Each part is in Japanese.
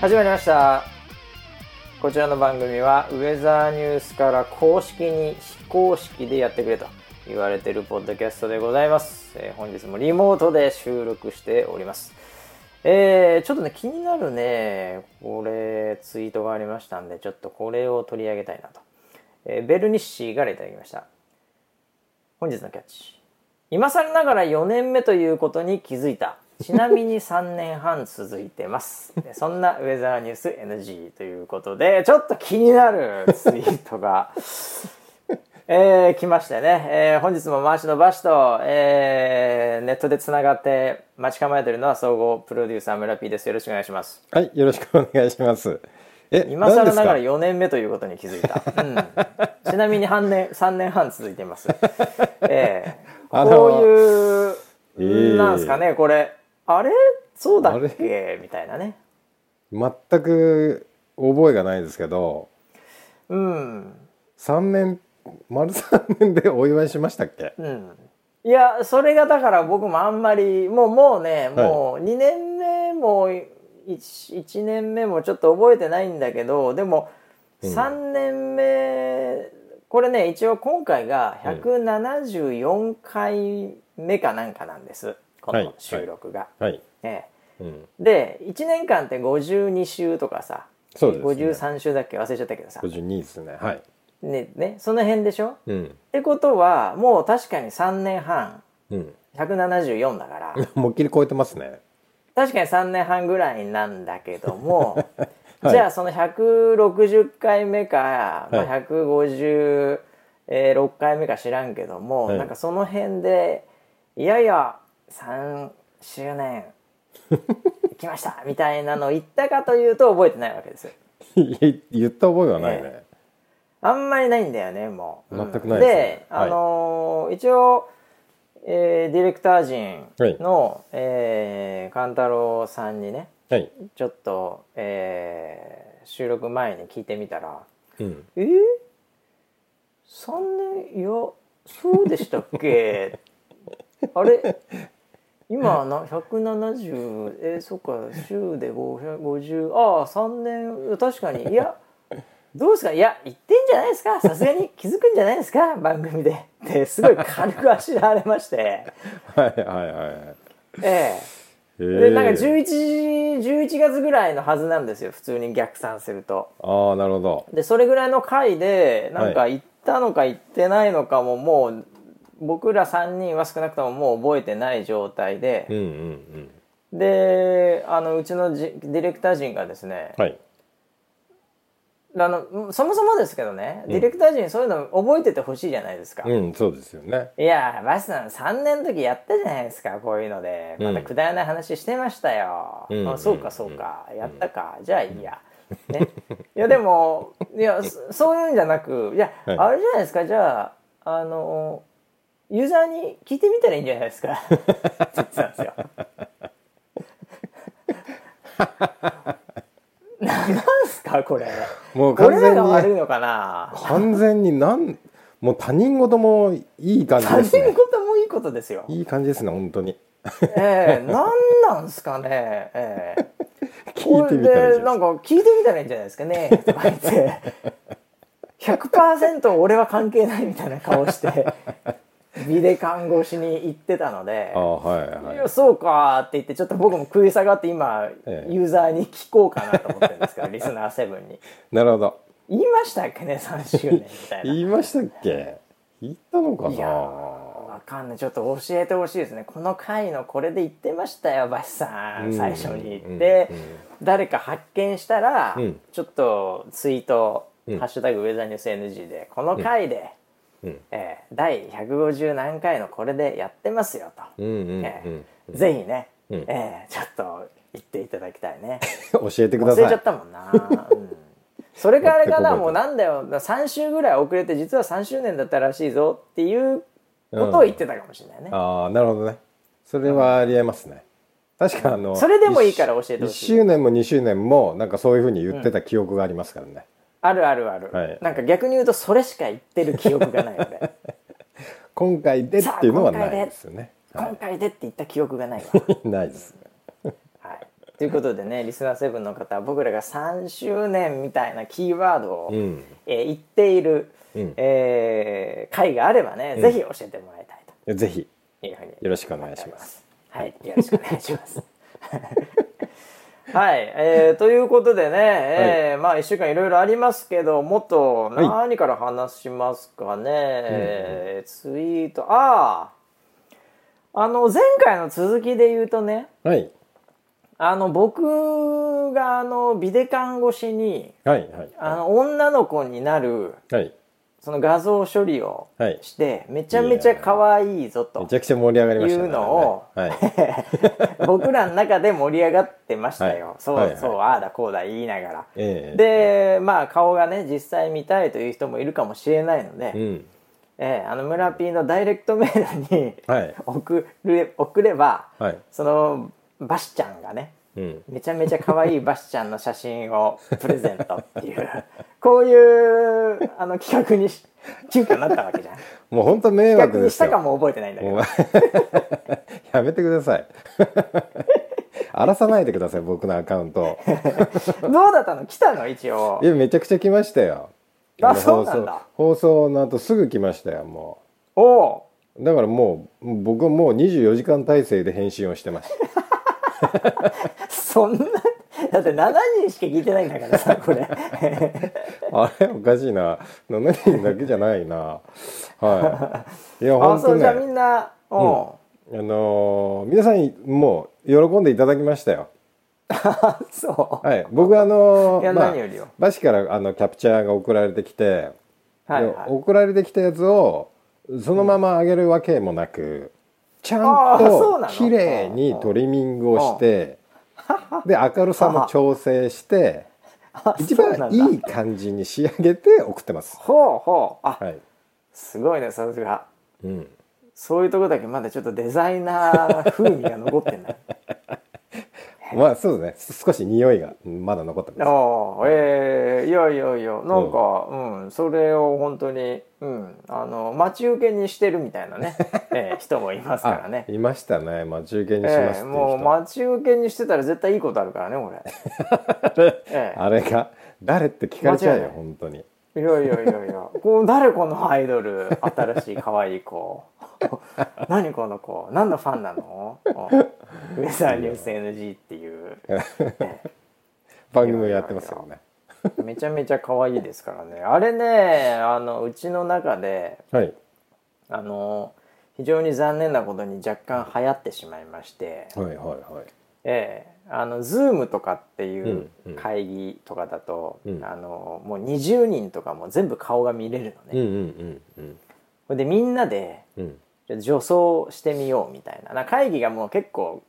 始まりましたこちらの番組はウェザーニュースから公式に非公式でやってくれと言われてるポッドキャストでございます、えー本日もリモートで収録しておりますえー、ちょっとね気になるねこれツイートがありましたんでちょっとこれを取り上げたいなと、えーベルニッシーからいただきました本日のキャッチ今更ながら4年目ということに気づいたちなみに3年半続いてますでそんなウェザーニュース NG ということでちょっと気になるツイートが、えー来ましたね、えー本日も回しのバシと、えーネットでつながって待ち構えてるのは総合プロデューサー村 P ですよろしくお願いしますはい、よろしくお願いします。え、今更ながら何で4年目ということに気づいた、うん、ちなみに半年3年 半続いています、ええあのこうえいうえなんですかねこれあれそうだっあけみたいなねすか全く覚えがないですけど、うん三年丸三年でお祝いしましたっけ？うんいやそれがだから僕もあんまりもうもうねもう2年目も 1, 一年目もちょっと覚えてないんだけどでも3年目、これね一応今回が174回目かなんかなんです、こはいの収録が。はい。ねうん。で1年間って52週とかさ、そうですね。 53週だっけ忘れちゃったけどさ五、十二ですね。はい。ねね、その辺でしょっうん。てことはもう確かに3年半うん。 174だから。思いっきり超えてますね。確かに3年半ぐらいなんだけど も、はいじゃあその160回目か、まはあ、156回目か知らんけども、はいなんかその辺でいやいや3周年来ましたみたいなの言ったかというと覚えてないわけですよ。い言った覚えはないね。あんまりないんだよねもう。うん全くないですねあはいのー一応、えーディレクター陣の、えー、勘太郎さんにねはい。ちょっと、えー収録前に聞いてみたらうん。 「えー、3年いやそうでしたっけ あれ今な170えー、そっか週で500 50ああ3年確かにいやどうですかいや言ってんじゃないですかさすがに気づくんじゃないですか番組で」ってすごい軽くあしらわれまして。はいはいはい。えええでなんかえ11時11月ぐらいのはずなんですよ普通に逆算するとああなるほど。でそれぐらいの回でなんかは行ったのか行ってないのかももう僕ら3人は少なくとももう覚えてない状態うんで、うんうん。であのうちのじディレクター陣がですね、はい。あのそもそもですけどね、ディレクター陣そういうの覚えててほしいじゃないですか、うんそうですよね。いやーバスさん3年の時やったじゃないですかこういうのでまたくだらない話してましたよ、うんあそうかそうか、やったかじゃあいいや、ね、いやでもいやそそういうんじゃなくいや、はいあれじゃないですかじゃああのユーザーに聞いてみたらいいんじゃないです かって言ってたんですよななんすかこれもう完俺ら全がに悪いのかな完全になんもう他人事もいい感じ他です人ね。事もいいことですよいい感じですね本当に。ええなんなんすかね、ええ 聞いてみたこらいいれじでゃなんか聞いてみたらいいんじゃないですかね とか言って100%俺は関係ないみたいな顔して美で看護師に行ってたのでああはいはいいやそうかって言ってちょっと僕も食い下がって今、ええユーザーに聞こうかなと思ってるんですけどリスナー7になるほど言いましたっけね3周年みたいな言いましたっけ言ったのかいやなーわかんないちょっと教えてほしいですねこの回のこれで言ってましたよバシさんうん最初に言って、誰か発見したら、うんちょっとツイート「うんハッシュタグウェザーニュース NG」でこの回で、うんえー第150何回のこれでやってますよと、うんうんえーうんぜひね、うんえーちょっと言っていただきたいね。教えてくだ忘れさちゃっいたもんな、うんそれからあれかな全く覚えてないもうなんだよ3週ぐらい遅れて実は3周年だったらしいぞっていうことを言ってたかもしれないね、ああなるほどねそれはありえますね確かあのそれでもいいから教えてほ1しい周年も2周年もなんかそういうふうに言ってた記憶がありますからねあるあるある、はいなんか逆に言うとそれしか言ってる記憶がない 俺今回でっていうのはないですよね今回でって言った記憶がないわ、ないですはい、ということでねリスナー7の方は僕らが3周年みたいなキーワードを、うんえー言っている、うんえー回があればね、ぜひ教えてもらいたいぜひというふうによろしくお願いします。はい、よろしくお願いします。 はい、えーということでね、えーまあ1週間いろいろありますけどもっと何から話しますかね、えーツイートあああの前回の続きで言うとねはいあの僕があのビデカン越しにはいはいあの女の子になるはいその画像処理をはい。してめちゃめちゃ可愛いぞとめちゃくちゃ盛り上がりましたね。いうのをあれね 僕らの中で盛り上がってましたよ、はいそう、はいはいそうああだこうだ言いながら、ええでまあ顔がね実際見たいという人もいるかもしれないので、はい。うん。ええあの村 P のダイレクトメールにはい送れ送れば、はい。そのバシちゃんがねうん。めちゃめちゃ可愛いバシちゃんの写真をプレゼントっていう こういうあの企画にし急遽なったわけじゃん もう本当迷惑企画でにしすたかよ。も覚えてないんだけどもう やめてくだ さい。荒らさないでください僕のアカウ ント。どうだったの来たの一応いやめちゃくちゃ来ましたよ。あのそうなんだ放送放送の後すぐ来ましたよもおおうう。だからもう僕はもう24時間体制で返信をし てました。そんな、だって7人しか聞いてないんだからさ、こ れ。あれおかしいな7人だけじゃないなはいいや あ、本そ当う、ねじゃあみんな、うん。あのー皆さんもう喜んでいただきましたよあ、そはい僕あのーいやまあ何よりよバシからあのキャプチャーが送られてきて、う。はいではい。送られてきたやつをそのまま上げるわけもなく、ちゃんあーそうなとの綺麗にトリミングをしてで明るさも調整してあ一そうな番んだいい感じに仕上げて送ってますほうほう。あ、はい、すごいね、さすが。うんそういうとこだけまだちょっとデザイナー風味が残ってん だ。まあそうですねす少し匂いがまだ残ってますああ、ええいやいやいや、なんか、うん、それを本当に、うん、あの、待ち受けにしてるみたいな ね、ええ人もいますからね。いましたね待ち受けにしまええすっていう人、もう待ち受けにしてたら絶対いいことあるからね、これ。 えあれが誰って聞かれちゃう間違よいない本当にいやいやいやいや、こう誰このアイドル、新しい可愛い子。 何この子、何のファンなの？ うんウェザーニュース NG っていう、番組をやってますよねめちゃめちゃ可愛いですからね。あれね、あのうちの中で、はいあの非常に残念なことに若干流行ってしまいまして、はいはいはいええ、あの Zoom とかっていううんうん会議とかだと、うんあのもう20人とかも全部顔が見れるのうんね。うんうんほんでみんなでうんうん助走してみようみたいなな会議がもう結構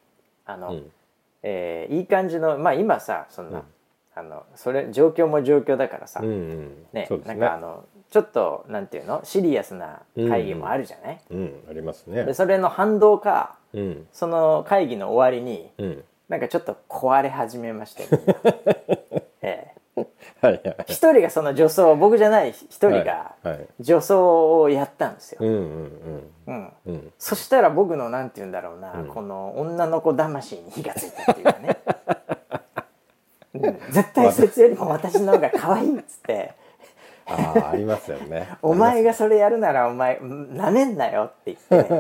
あの、うんえーいい感じのまあ今さそんな、うんあのそれ状況も状況だからさ、うんうんねそうですなんねかあのちょっとなんていうのシリアスな会議もあるじゃない、うんありますねでそれの反動かうんその会議の終わりにうんなんかちょっと壊れ始めまして、みん なええはいはい一人がその助走を僕じゃない一人がはいはい助走をやったんですよ、うんうんうん、うんうんそしたら僕のなんて言うんだろうな、この女の子魂に火がついたっていうかね、 うん絶対そいつよりも私の方が可愛いっつってああありますよね お前がそれやるならお前なめんなよって言って、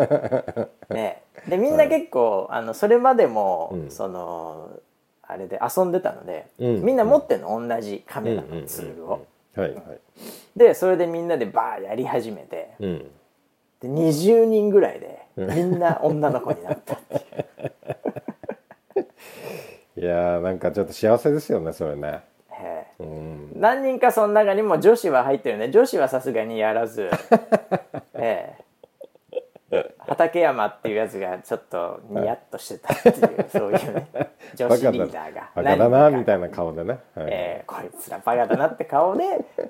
ね、でみんな結構、あのそれまでも、うんそのあれで遊んでたので、うんみんな持ってんの同じカメラうんうんうんうのんツールを、はいはいでそれでみんなでバーやり始めてうんで20人ぐらいでうんみんな女の子になった っていう。いやーなんかちょっと幸せですよねそれねええうん何人かその中にも女子は入ってるね女子はさすがにやら ずええ畠山っていうやつがちょっとニヤッとしてたってい うそういうね女バ子カリだーダーがバカだなみいたいな顔でねはえいえこいつらバカだなって顔で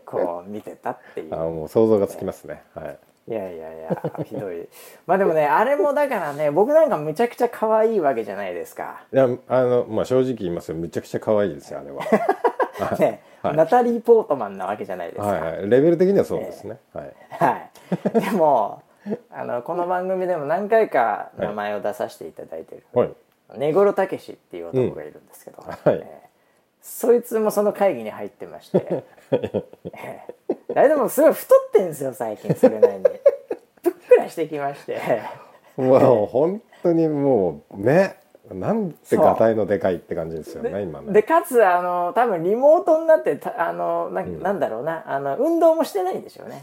こう見てたっていうあもう想像がつきますね。はい。いやいやいや ひどいまあでもねあれもだからね僕なんかむちゃくちゃ可愛いわけじゃないですかいや、あの、まあ、正直言いますよ。むちゃくちゃ可愛いですよ、あれは。ね、はいナタリー・ポートマンなわけじゃないですか、はいはい。レベル的にはそうですね。はい。はい、でもあのこの番組でも何回か名前を出させていただいてる、はい。根室武史っていう男がいるんですけど、はいえーそいつもその会議に入ってまして、 えーあれでもすごい太ってんですよ最近それなりにぷっくらしてきましてもう本当にもうねなんてがたいのでかいって感じですよね今でねかつあの多分リモートになってたあのななんだろうなあの運動もしてないんでしょう ね、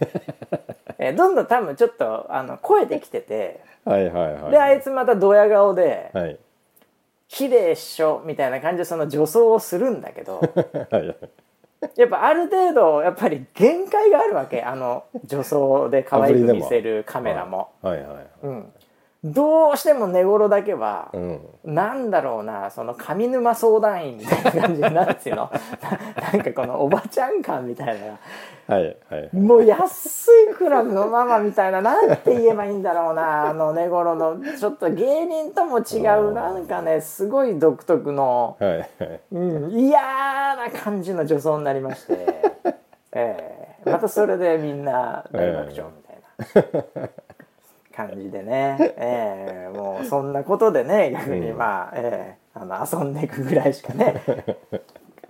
えーどんどん多分ちょっとあの超えてきててはいはいはいであいつまたドヤ顔ではい「綺麗っしょ」みたいな感じでその助走をするんだけど はいはいやっぱある程度やっぱり限界があるわけあの助走で可愛く見せるカメラも。はいはいはいうん、どうしても寝頃だけはう、んなんだろうなその上沼相談員みたいな感じになんつうの ななんかこのおばちゃん感みたいなはいはいもう安いクラブのママみたいななんて言えばいいんだろうなあの寝頃のちょっと芸人とも違うなんかねすごい独特の、はいはいうん、嫌な感じの女装になりま して、ええまたそれでみんな大爆笑みたいな。 感じでね、ええもうそんなことでね逆にまあ、ええあの遊んでいくぐらいしか ね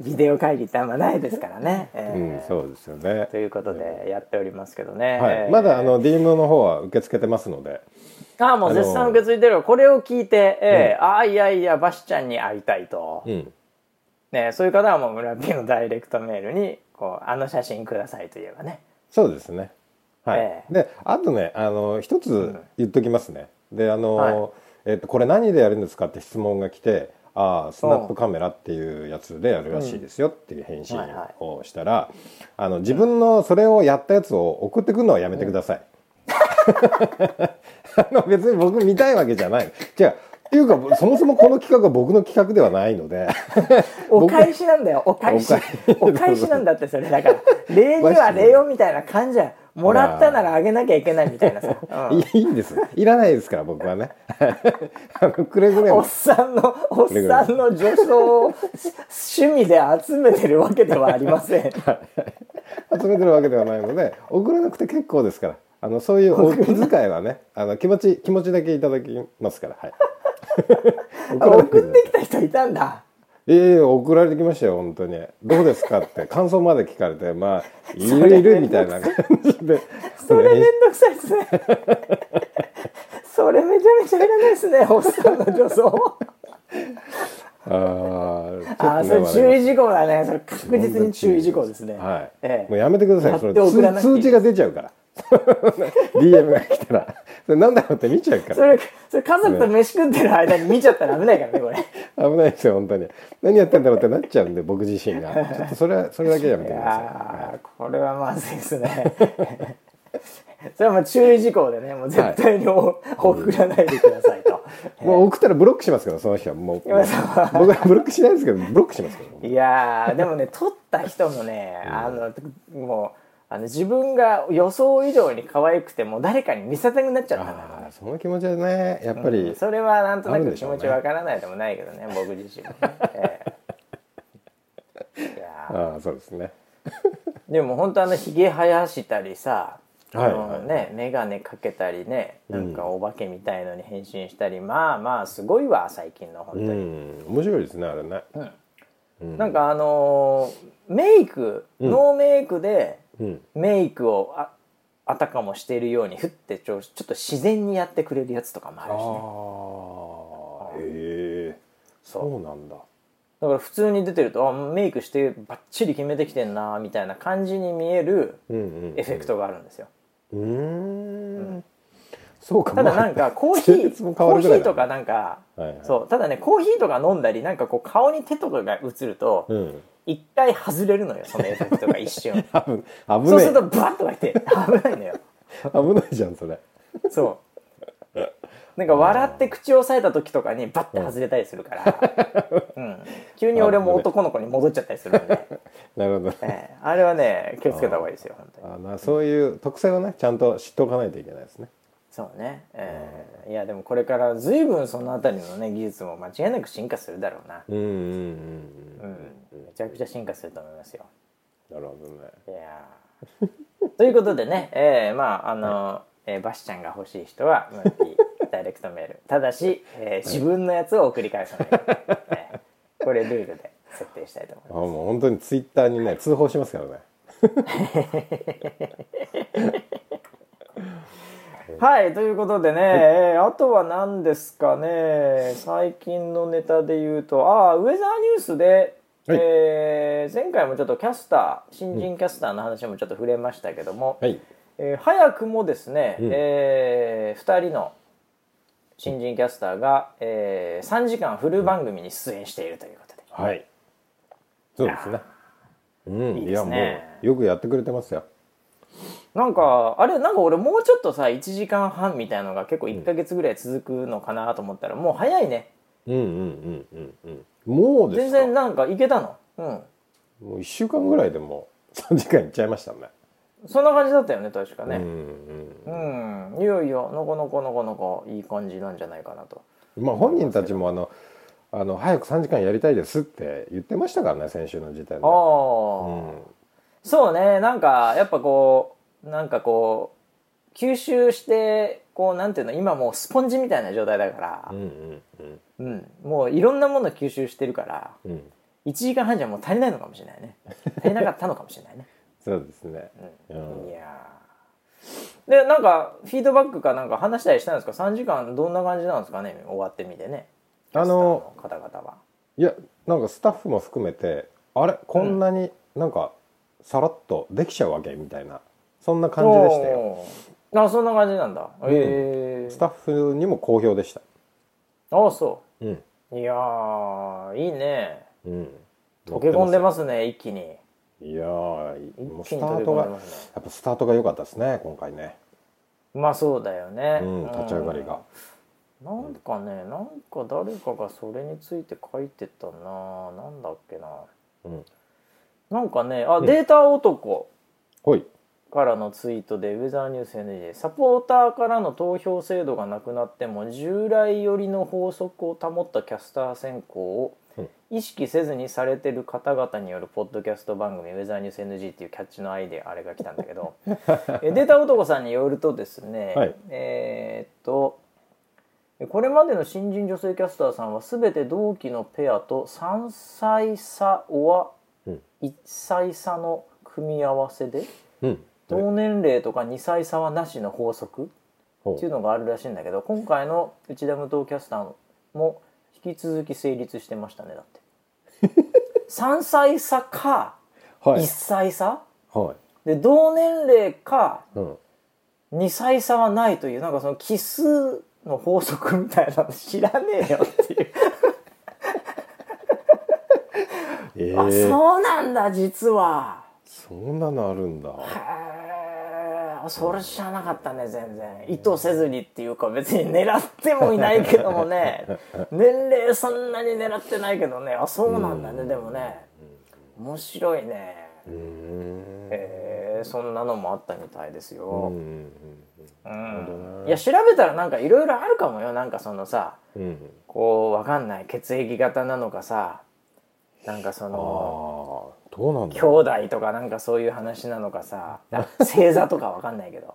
ビデオ会議ってあんまないですからね。ええうんそうですよねということでやっておりますけどね、はえいーまだあの DM の方は受け付けてますのでああもう絶あ賛の受け継いでるこれを聞いて、えーああいやいやバシちゃんに会いたいと、うんね、そういう方はもう村 P のダイレクトメールにこう「あの写真ください」と言えばねそうですね。はい。ええで、あとね、あの一つ言っときますね。で、あの、はいえっとこれ何でやるんですかって質問が来て、ああ、スナッうんプカメラっていうやつでやるらしいですよっていう返信はいはいをしたら、あの自分のそれをやったやつを送ってくるのはやめてください。 あの別に僕見たいわけじゃない。違う。っていうかそもそもこの企画は僕の企画ではないのでお僕返しなんだよお返しおお返返ししなんだってそれだから礼には礼をみたいな感じじゃもらったならあげなきゃいけないみたいなさ、うん いいんですいらないですから僕はね あのくれぐれおっもさんのおっさんの女装を趣味で集めてるわけではありません集めてるわけではないので送らなくて結構ですからあのそういう お気遣いはねあの気持ち気持ちだけいただきますからはいあらな送くっててきた人いたんだいえいえ送られてきましたよ本当にどうですかって 感想まで聞かれてまあいそれるいるみたいな感じで それめんどくさいですねそれめちゃめちゃいらないですねおっさんの女装あーちょっとねああそれ我々注意事項だねそれ確実に注意事項ですねはい、えもうやめてくださいそやれって送らなく通ていい通知が出ちゃうから DM が来たらそれなんだろうって見ちゃうかえ、らそれそれ家族と飯食ってる間に見ちゃったら危ないからね これ危ないですよ本当に何やってんだろうってなっちゃうんで僕自身がちょっとそれはそれだけはやめいてくださいやーこれはまずいですね それはもう注意事項でねもう絶対にお、送らないでくださいともう送ったらブロックしますけどその人はもう僕今さはブロックしないですけどブロックしますけどいやーでもね撮った人もね、あのもうあの自分が予想以上に可愛くてもう誰かに見せたくなっちゃったんだなああその気持ちはねやっぱ り、それはなんとなあるくでし気ょう持ねちわからないでもないけどね僕自身もね、ええいやああそうですねーでも本当あのひげ生やしたりさはあいのね、眼鏡かけたりねなんかお化けみたいのに変身したり、まあまあすごいわ最近の本当うに、ん面白いですねあれねなんかあのーメイク、ノーメイクでうんメイクをああたかもしているようにふってちょちょっと自然にやってくれるやつとかもああるしねあへえそうなんだだから普通に出てるとあメイクしてバッチリ決めてきてんなみたいな感じに見えるうんうんエフェクトがあるんですよ、うーんそうかただなんかコー ヒ性質ーも変わコーるヒぐらいーだとかなんか、はいはいそうただねコーヒーとか飲んだりなんかこう顔に手とかが映るとうん一、回外れるのよそのエフェクトが一瞬多分 危ねえそうするとバッとかって危ないのよ危ないじゃんそれそう。なんか笑って口を押さえた時とかにバッて外れたりするから、うん、急に俺も男の子に戻っちゃったりするん で、なるほどええあれはね気をつけた方がいいですよ本当にあなそういう特性をねちゃんと知っておかないといけないですねそうね、ええいやでもこれから随分そのあたりのね技術も間違いなく進化するだろうな、うんうんうんううんん、めちゃくちゃ進化すると思いますよなるほどねいやーということでね、ええまああの、えーバシちゃんが欲しい人はムーピーダイレクトメールただし、えー自分のやつを送り返さない、ねこれルールで設定したいと思いあもう本当にツイッターにね通報しますからねますはいということでね、えーあとは何ですかね最近のネタで言うとああウェザーニュースで、はいえー前回もちょっとキャスター新人キャスターの話もちょっと触れましたけども、はいえー早くもですね、んえ2人の新人キャスターが、え3時間フル番組に出演しているということで、はいそうですねうんいいいでやすねもうよくやってくれてますよなんかあれなんか俺もうちょっとさ1時間半みたいのが結構1ヶ月ぐらい続くのかなと思ったら、もう早いねうんうんうんうんうんもうで全すか然なんかいけたのうんもう1週間ぐらいでもう3時間いっちゃいましたねそんな感じだったよね確かうんねうん、いよいよのこのこのこのこいい感じなんじゃないかなとうんまあ本人たちもあのあの早く3時間やりたいですって言ってましたからね先週の時点でああ、うんそうねなんかやっぱこうなんかこう吸収してこうなんていうの今もうスポンジみたいな状態だからうん、うんうんうんもういろんなもの吸収してるからうん1時間半じゃもう足りないのかもしれないね足りなかったのかもしれないね、そうですねうん うんいやーでなんかフィードバックかなんか話したりしたんですか3時間どんな感じなんですかね終わってみてねあのキャスターの方々はいやなんかスタッフも含めてあれこんなになんかさらっとできちゃうわけみたいなそんな感じでしたよおーあそんな感じなんだ、んええスタッフにも好評でしたあそうんういやーいいねうん溶け込んで乗っますね一気にてますいやーもう一ス気タに溶けート込がんでやますねっぱスタートが良かったですね今回ねまあそうだよね、うん立ち上がりがなんかねなんか誰かがそれについて書いてたななんだっけなうんなんかねあ、データ男ほいからのツイートでウェザーニュース NG サポーターからの投票制度がなくなっても従来よりの法則を保ったキャスター選考をうん意識せずにされてる方々によるポッドキャスト番組「ウェザーニュース NG」っていうキャッチのアイデアあれが来たんだけど えデータ男さんによるとですね、はいえーっとこれまでの新人女性キャスターさんは全て同期のペアと3歳差おわうん1歳差の組み合わせでうん同年齢とか2歳差はなしの法則ほっていううのがあるらしいんだけど今回の内田武藤キャスターも引き続き成立してましたねだって 3歳差かはい1歳差はいで同年齢かうん2歳差はないというなんかその奇数の法則みたいなの知らねえよっていう、えあーそうなんだ実はそんなのあるんだへーそれ知らなかったね全然意図せずにっていうか別に狙ってもいないけども ね年齢そんなに狙ってないけどねあそうなんだねでもね面白いねうーんへえそんなのもあったみたいですうんよ、うんうんいや調べたらなんかいろいろあるかもよなんかそのさうんうんこうわかんない血液型なのかさなんかそああのどうなんだ兄弟とかなんかそういう話なのかさあ星座とかわかんないけど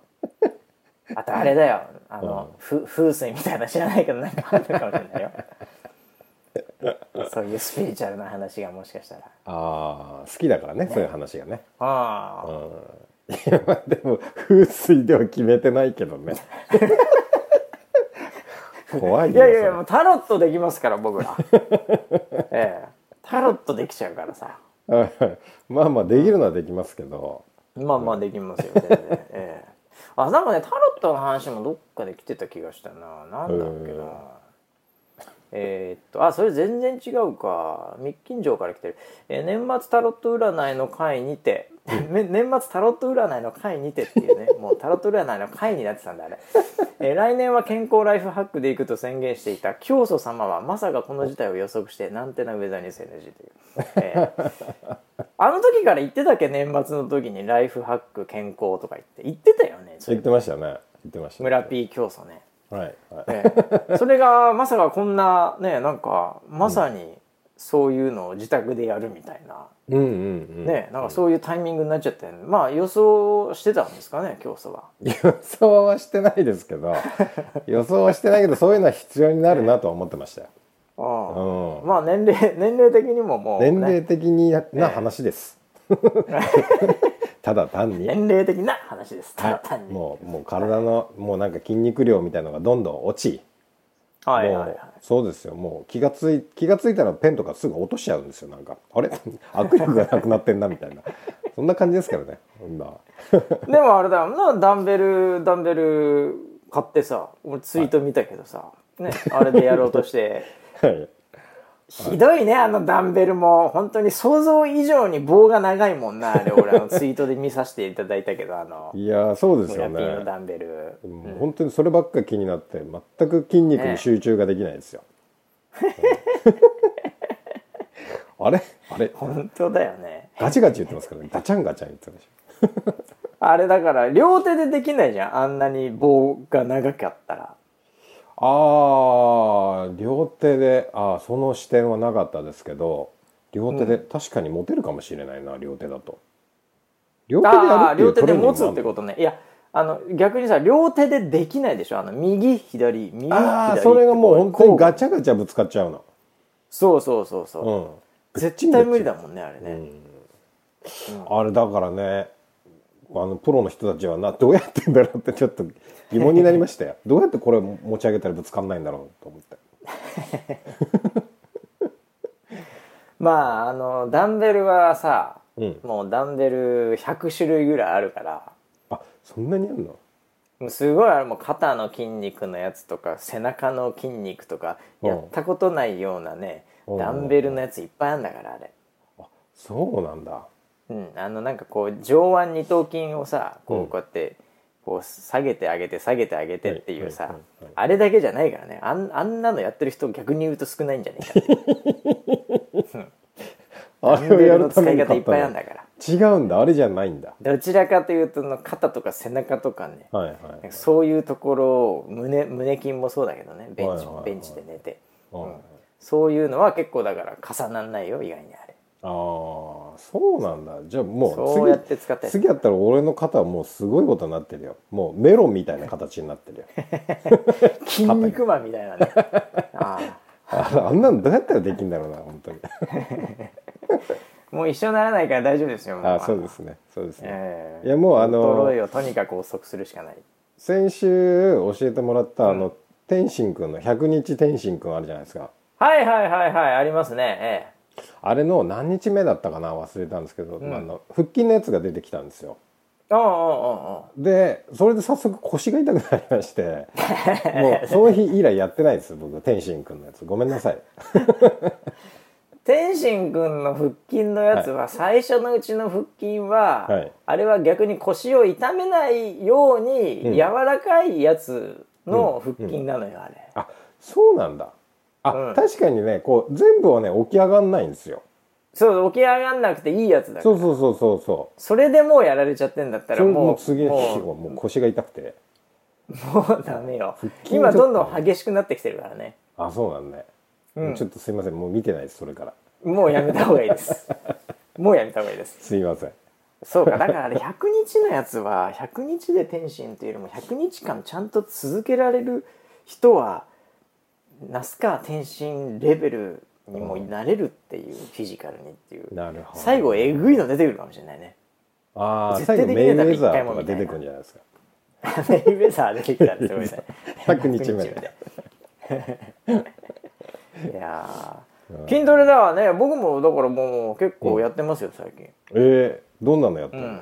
あとあれだよあの、ふ風水みたいな知らないけどなんかあるのかもしれないよそういうスピリチュアルな話がもしかしたらああ好きだからねそういう話がね あうあんいやまあでも風水では決めてないけどね 怖いいよやいやいやもうタロットできますから僕ら ええタロットできちゃうからさそれまあまあできるのはできますけどまあまあできますよ全然、ええあなんかねタロットの話もどっかで来てた気がしたななんだっけなへえーっとあそれ全然違うか密近城から来てる、えー年末タロット占いの会にて め年末タロット占いの会にてっていうねもうタロット占いの会になってたんだあれ、えー来年は健康ライフハックでいくと宣言していた教祖様はまさかこの事態を予測してなんてなウェザーニュース NG という、えーあの時から言ってたっけ年末の時にライフハック健康とか言って言ってたよねそ言れってましたね言ってましたね村 P 教祖 ね、はいはいええそれがまさかこんなねなんかまさにそういうのを自宅でやるみたいな、うんうんうん。ねなんかそういうタイミングになっちゃってまあ予想してたんですかね競争は。予想はしてないですけ ど予想はしてないけどそういうのは必要になるなとは思ってましたうんよ、まあ年齢年齢的にももう、うね、ん、年齢的になな 話です、ただ単に、年齢的な話です。ただ単に。もうもう体のもうなんか筋肉量みたいのがどんどん落ち、はいもはいうはそうですよもう気がつい気がついたらペンとかすぐ落としちゃうんですよなんかあれ 握力がなくなってんなみたいなそんな感じですからね今い。でもあれだよなダンベルダンベル買ってさ俺ツイート見たけどさ、ねあれでやろうとして。はいひどいねあのダンベルも本当に想像以上に棒が長いもんなあれ俺あのツイートで見させていただいたけどあのいやーそうです村よピーのねダンベルもう本当にそればっか気になって全く筋肉に集中ができな いですよ、うんあれあれ本当だよねガチガチ言ってますからねガチャンガチャン言ってますあれだから両手でできないじゃんあんなに棒が長かったらああ両手であーその視点はなかったですけど両手で、確かに持てるかもしれないな両手だと両手であやある両っ手ていうトレでーニング持つってことねいやあの逆にさ両手でできないでしょあの右左右左ああーそれがもう本当にガチャガチャぶつかっちゃうのそうそうそうそう、うん絶対無理だもんねあれね、あれだからねあのプロの人たちはなどうやってんだろうってちょっと疑問になりま したよどうやってこれを持ち上げたらぶつかんないんだろうと思ってまああのダンベルはさ、うんもうダンベル100種類ぐらいあるからあそんなにあるのもうすごいあれもう肩の筋肉のやつとか背中の筋肉とかうんやったことないようなね、うんダンベルのやついっぱいあるんだからあれ。そうなんだうん、あのなんかこう上腕二頭筋をさこうんうこうやってこう下げて上げて下げて上げてっていうはいさはいはいはいあれだけじゃないからねあんあんなのやってる人逆に言うと少ないんじゃないかなあダンベルの使めいに方買いっぱいあるんのだから違うんだあれじゃないんだどちらかというとあの肩とか背中とかねはいはないんかそういうところを胸胸筋もそうだけどねベンはいチはいはいベンチで寝てうんそういうのは結構だから重なんないよ意外にあれああそうなんだじゃあもそううやっ次て使ったり次やったら俺の肩はもうすごいことになってるよもうメロンみたいな形になってるよ 筋肉マンみたいな ねああああんなのどうやったらできるんだろうな本当にもう一緒にならないから大丈夫ですよもあそうですねそうですね、ええいやもうあ衰のえをとにかく遅くするしかない先週教えてもらったあの、天心くんの100日天心くんあるじゃないですかはいはいはいはいありますねえあれの何日目だったかな忘れたんですけど、まあ、あの腹筋のやつが出てきたんですよえうんうんうんうんでそれで早速腰が痛くなりまして もうその日以来やってないです僕天心くんのやつごめんなさい天心くんの腹筋のやつは最初のうちの腹筋は、はいあれは逆に腰を痛めないように柔らかいやつの腹筋なのよあれ、あそうなんだあ、うん確かにねこう全部はね起き上がんないんですよそう起き上がんなくていいやつだからそうそうそうそうそうそれでもうやられちゃってんだったそられももうう次の日もはもう腰が痛くてうもうダメよ筋今ちょっどとんどん激しくなってきてるからねあそうなんね、ちょっとすいませんもう見てないですそれからもうやめた方がいいです もうやめた方がいいですすいませんそうかだからあれ100日のやつは100日で天心というよりも100日間ちゃんと続けられる人は那須川天心レベルにもなれるっていう、フィジカルにっていうなるほど最後えぐいの出てくるかもしれないねああ絶対最後できメイねえウだろェザ一回ーもとかみたいな出てくるんじゃないですかメイウェ ザー出てきたらすごいね100日目でいやー筋トレだわね僕もだからもう結構やってますよ最近、えー、どんなのやったの、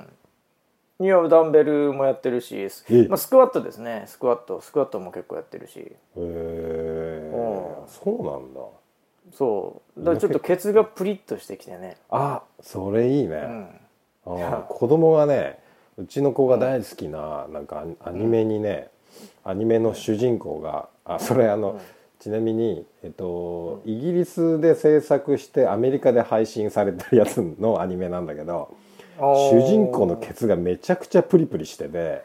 いやダンベルもやってるし、えまあ、スクワットですねスクワットスクワットも結構やってるしえうー、そうなんだそうだからちょっとケツがプリッとしてきてねあそれいいね、うんあー子供がねうちの子が大好きななんかアアニメにね、アニメの主人公があそれあの、ちなみに、えっと、イギリスで制作してアメリカで配信されてるやつのア ニメなんだけど主人公のケツがめちゃくちゃプリプリしてて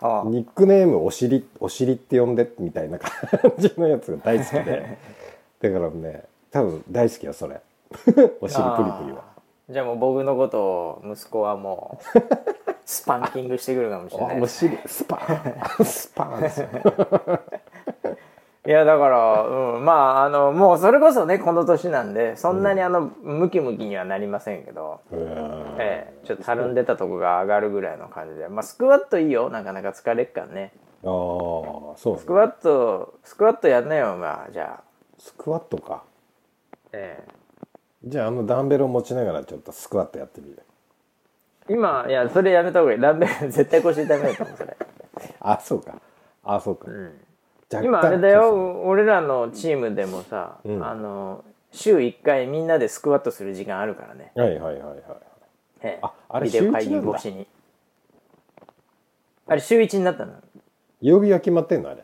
あーニックネームお尻お尻って呼んでみたいな感じのやつが大好きでだからね多分大好きよそれお尻プリプリはあーじゃあもう僕のことを息子はも うスパンキングしてくるかもしれあないお尻スパーンスパーンですよいやだから、うん、まああのもうそれこそねこの年なんでそんなにあの、ムキムキにはなりませんけど、うーんええ、ちょっとたるんでたとこが上がるぐらいの感じでまあスクワットいいよなかなか疲れっからねああそうスクねワットスクワットやんなよまあじゃあ、スクワットかええ、じゃああのダンベルを持ちながらちょっとスクワットやってみる今いやそれやめた方がいいダンベル 絶対腰痛めると思うそれ あそうかあそうか、若干今あれだよ俺らのチームでもさ、んあの週1回みんなでスクワットする時間あるからね、はいはいはいはいええああれビデオ会議越しにあれ週1になったの曜日は決まってんのあ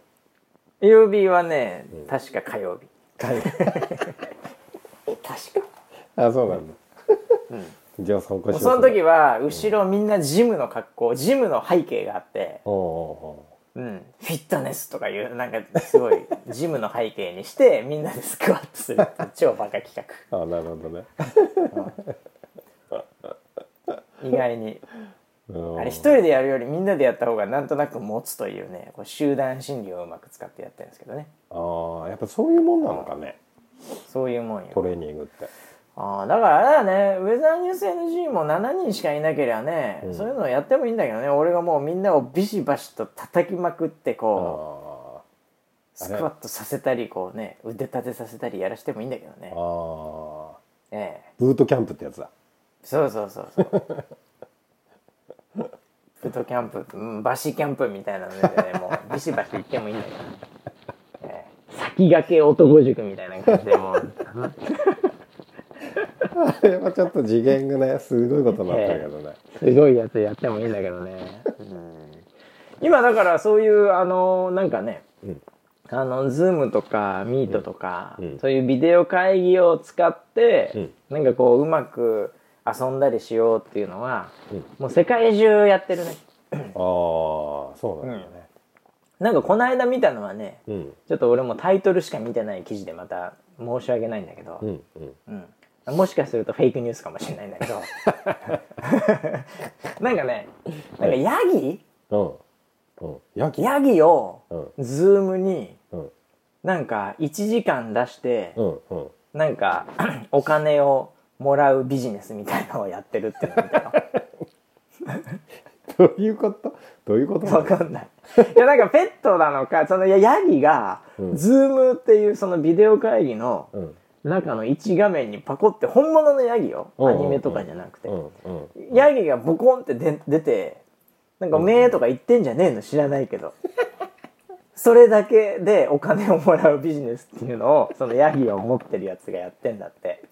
れ曜日はね、確か火曜日確か あそうなんだ、じゃあ参加しその時は後ろみんなジムの格好ジムの背景があって、おうおうん、フィットネスとかいうなんかすごいジムの背景にして みんなでスクワットするっていう超バカ企画うおうあなるほどね意外にうんあれ一人でやるよりみんなでやった方がなんとなく持つというねこう集団心理をうまく使ってやってるんですけどねああやっぱそういうもんなのかねそういうもんよトレーニングってああだからあれだねウェザーニュース NG も7人しかいなけりゃね、そういうのやってもいいんだけどね俺がもうみんなをビシバシと叩きまくってこうあスクワットさせたりこうね腕立てさせたりやらしてもいいんだけどねー、あええ、ーブートキャンプってやつ だそうそうそう そうフットキャンプ、うん、バシキャンプみたいなのでねもうビシバシ行ってもいいんだけど、ええ先駆け男塾みたいな感じでもうあれはちょっと次元がねすごいことになったけどね、すごいやつやってもいいんだけどね。今だからそういうあのなんかね、うんあのズームとかミートとか、うんそういうビデオ会議を使ってん、なんかこううまく遊んだりしようっていうのは、 うんもう世界中やってるね。ああそうなんだよねなんかこの間見たのはね、うんちょっと俺もタイトルしか見てない記事でまた申し訳ないんだけど、うんうんうん、もしかするとフェイクニュースかもしれないんだけど なんかねなんかヤギうんうんヤギヤギをうんズームにうんなんか1時間出してうん うんなんか お金をもらうビジネスみたいなのをやってるっていうのを見 たのどういうことどういうことわかんないいやなんかペットなのかそのいやヤギがうんズームっていうそのビデオ会議のうん中の1画面にパコって本物のヤギようんうアんうんニメとかじゃなくてうんうんヤギがボコンってで出てなんか「めー」とか言ってんじゃねえの知らないけ どそれだけでお金をもらうビジネスっていうのをそのヤギを持ってるやつがやってんだって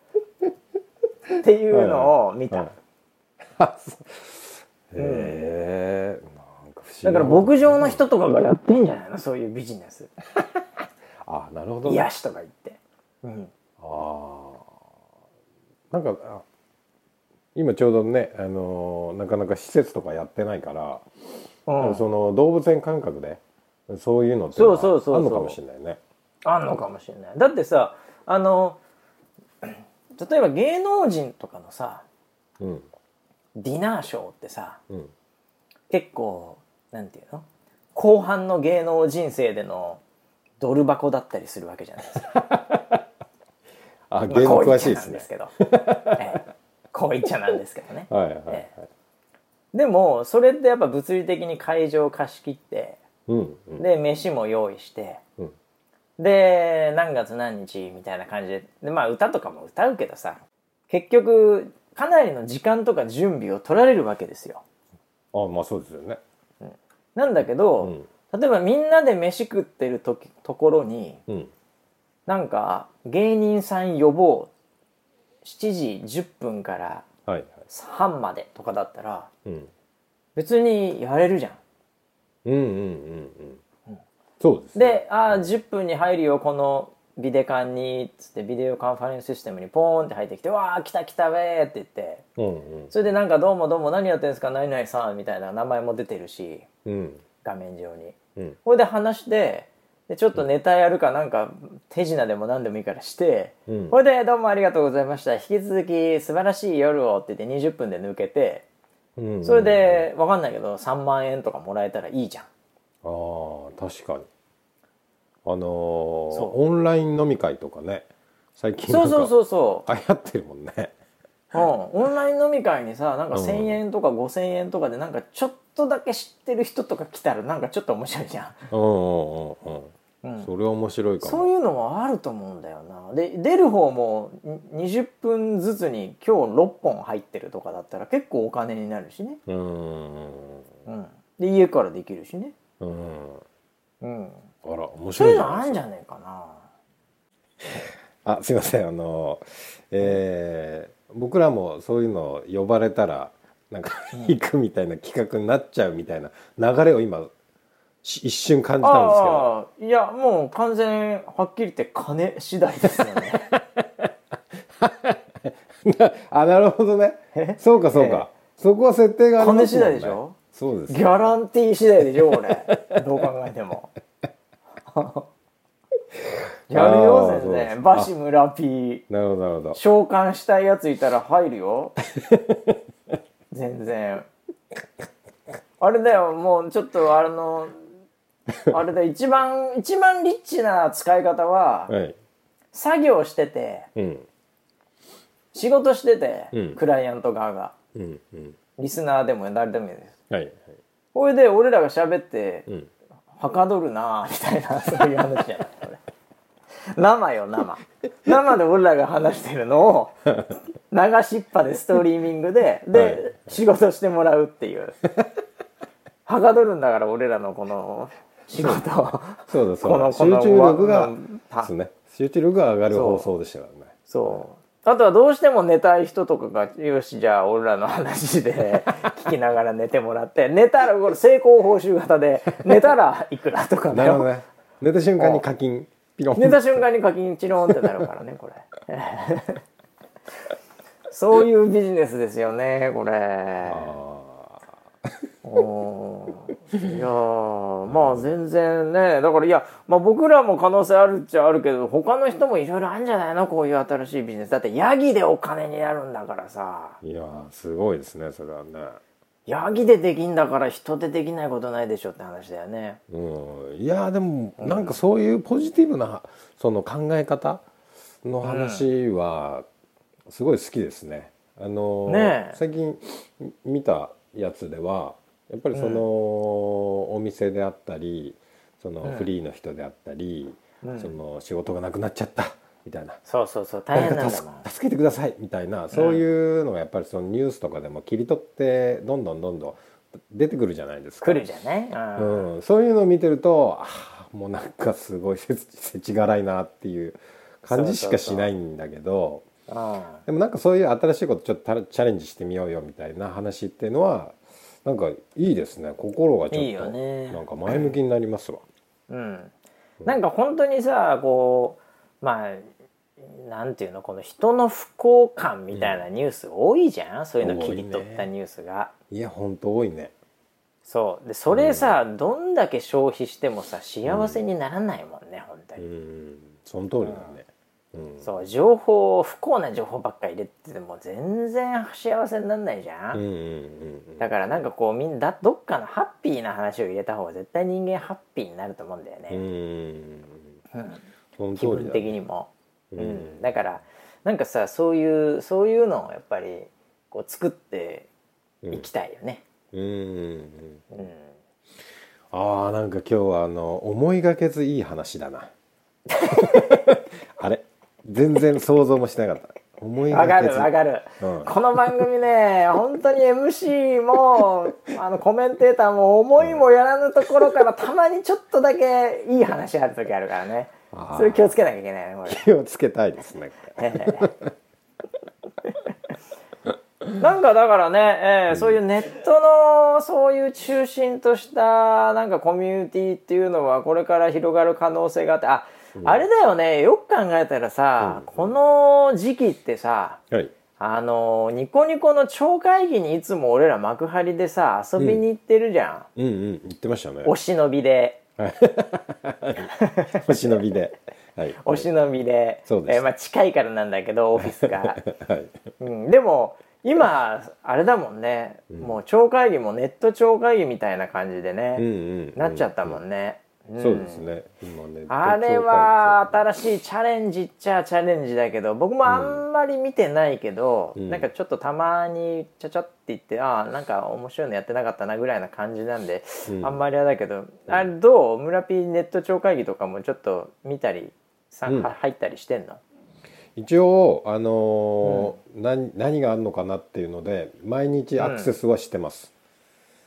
っていうのを見た、はい へえなんか不思議だから僕牧場の人とかがやってんじゃないのそういうビジネスあなるほどね癒しとか言って、うん、ああなんかあ今ちょうどね、あのーなかなか施設とかやってないから、うんその動物園感覚でそういうのってのはそうそうそうそうあるのかもしれないねあんのかもしれないだってさあの例えば芸能人とかのさうんディナーショーってさ、うん結構なんていうの後半の芸能人生でのドル箱だったりするわけじゃない ですか。あゲーム詳しいですまあこう言っちゃなんでねすけど、ええこう言っちゃなんですけどね。はい はいはい、えでもそれってやっぱ物理的に会場を貸し切ってうんうんで飯も用意して、うんで何月何日みたいな感じででまあ歌とかも歌うけどさ結局かなりの時間とか準備を取られるわけですよ。あまあそうですよねなんだけど、例えばみんなで飯食ってるときところにうんなんか芸人さん呼ぼう7時10分からはいはい半までとかだったらうん別にやれるじゃん。うんうんうんうんそうですねで「ああ10分に入るよこのビデカンに」つってビデオカンファレンスシステムにポーンって入ってきて「わあ来た来たべ」って言ってうんうんそれでなんか「どうもどうも何やってんですか何々さん」みたいな名前も出てるしうん画面上に。うんこれで話してでちょっとネタやるかなんか手品でも何でもいいからして、うんこれでどうもありがとうございました引き続き素晴らしい夜をって言って20分で抜けてうんそれで分かんないけど3万円とかもらえたらいいじゃんああ確かにあのーそオンライン飲み会とかね最近そうそううそうそ流行ってるもんねう、うん、オンライン飲み会にさなんかうん1,000円とか5,000円とかでなんかちょっとだけ知ってる人とか来たらなんかちょっと面白いじゃんうんうんうんうんうんそれは面白いかそもういうのもあると思うんだよなで出る方もに20分ずつに今日6本入ってるとかだったら結構お金になるしね、うーんうん、で家からできるしね、うんうん、あら面そう白いいうじゃのあないんでじすゃかねえかなあすいませんあのえー僕らもそういうの呼ばれたらなんか行くみたいな企画になっちゃうみたいな流れを今し一瞬感じたんですけどああいやもう完全はっきり言って金次第ですよねあなるほどねえそうかそうか、そこは設定があります金次もんね第でしょそうですギャランティー次第でしょ 俺どう考えてもやるあよーそうで全すか然バシ村ピーなるほどなるほど召喚したいやついたら入るよ全然あれだよもうちょっとあのあれだ一番一番リッチな使い方ははい作業しててうん仕事してて、うんクライアント側がうんうんリスナーでも誰でもいいですはいはいこれで俺らが喋って、んはかどるなぁみたいなそういう話じゃないこれ生よ生生で俺らが話してるのを流しっぱでストリーミングでで、はい仕事してもらうっていうはかどるんだから俺らのこの仕事をそうだそこうだの集この中力がこのそうね集中力が上がる放送でしたからねそうあとはどうしても寝たい人とかがよしじゃあ俺らの話で聞きながら寝てもらって寝たらこれ成功報酬型で寝たらいくらとかだなるほどよね寝た瞬間に課金ピロン寝た瞬間に課金チローンってなるからねこれ そういうビジネスですよねこれあおーいやーまあ全然ねだからいや、まあ、僕らも可能性あるっちゃあるけど他の人もいろいろあるんじゃないのこういう新しいビジネスだってヤギでお金になるんだからさーいやーすごいですねそれはねヤギでできんだから人でできないことないでしょって話だよねうんいやーでもなんかそういうポジティブなその考え方の話はすごい好きですね。あのーねえ最近見たやつではやっぱりその、お店であったりそのフリーの人であったり、その仕事がなくなっちゃったみたいなそうそうそう大誰変なんかだ助もん助けてくださいみたいなそういうのがやっぱりそのニュースとかでも切り取ってどんどんどんどん出てくるじゃないですか。来るじゃない、うんうん、そういうのを見てるとあーもうなんかすごいせ ちせちがらいなっていう感じしかしないんだけどうんでもなんかそういう新しいことちょっとたチャレンジしてみようよみたいな話っていうのはなんかいいですね心がちょっといいよねなんか前向きになりますわ。うん、なんか本当にさこうまあなんていうのこの人の不幸感みたいなニュース多いじゃん、そういうの切り取ったニュースが。いや本当多いね。そうでそれさ、どんだけ消費してもさ幸せにならないもんね、本当うに、んその通りだね。うんそう情報不幸な情報ばっかり入れてても全然幸せにならないじゃん、うんうんうんうんだからなんかこうみんなどっかのハッピーな話を入れた方が絶対人間ハッピーになると思うんだよね、うんうんその通気り分だ的ね。にも、ううんんだからなんかさそういうそういうのをやっぱりこう作ってうんいきたいよね、うんうんうんああなんか今日はあの思いがけずいい話だなあれ全然想像もしなかった思いわかがけるずわかる、うんこの番組ね 本当に MC もあのコメンテーターも思いもやらぬところからたまにちょっとだけいい話ある時あるからねあーそれ気をつけなきゃいけないねこれ気をつけたいですねこれ なんかだからね、えーそういうネットのそういう中心としたなんかコミュニティっていうのはこれから広がる可能性があってあ、あれだよねよく考えたらさ、この時期ってさはいあのニコニコの超会議にいつも俺ら幕張でさ遊びに行ってるじゃん、うんうん言ってましたねお忍びでお忍びで。はい。お忍びで、そうですえーまあ、近いからなんだけ どオフィスが、はい。うん、でも今あれだもんね、もう超会議もネット超会議みたいな感じでね、うんうん。なっちゃったもんね、うんそうですね。今ね。あれは新しいチャレンジっちゃチャレンジだけど僕もあんまり見てないけど、うんなんかちょっとたまにちゃちゃって言ってああなんか面白いのやってなかったなぐらいな感じなんで、うんあんまりあれだけど、あれどう村 P ネット超会議とかもちょっと見たり参加、うん入ったりしてんの一応あのー何何があるのかなっていうので毎日アクセスはしてます。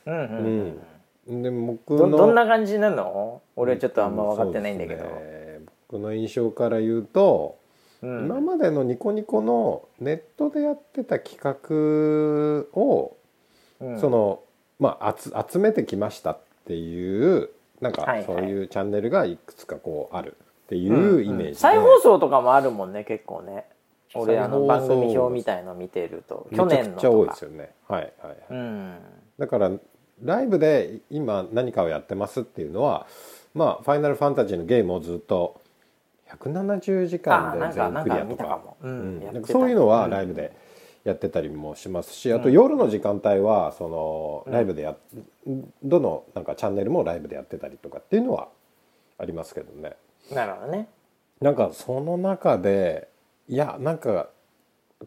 うんうん、うん。で僕どのどんな感じなの俺はちょっとあんま分かってないんだけど、そうですね僕の印象から言うと、うん今までのニコニコのネットでやってた企画を、うんそのまあ集集めてきましたっていうなんはいはかいそういうチャンネルがいくつかこうあるっていうんうイメージで、再放送とかもあるもんね結構ね俺あ再放の送番組表みたいの見てると去めちゃ年くのちゃ多といでかすよね。はいはいはい。うんだからライブで今何かをやってますっていうのはまあ「ファイナルファンタジー」のゲームをずっと170時間であなんか全クリなアんか見とたかかもうんうんやってたなんかそういうのはライブでやってたりもしますしあと夜の時間帯はそのライブでやっどのなんかチャンネルもライブでやってたりとかっていうのはありますけどね。なるほどねなんかその中でいやなんか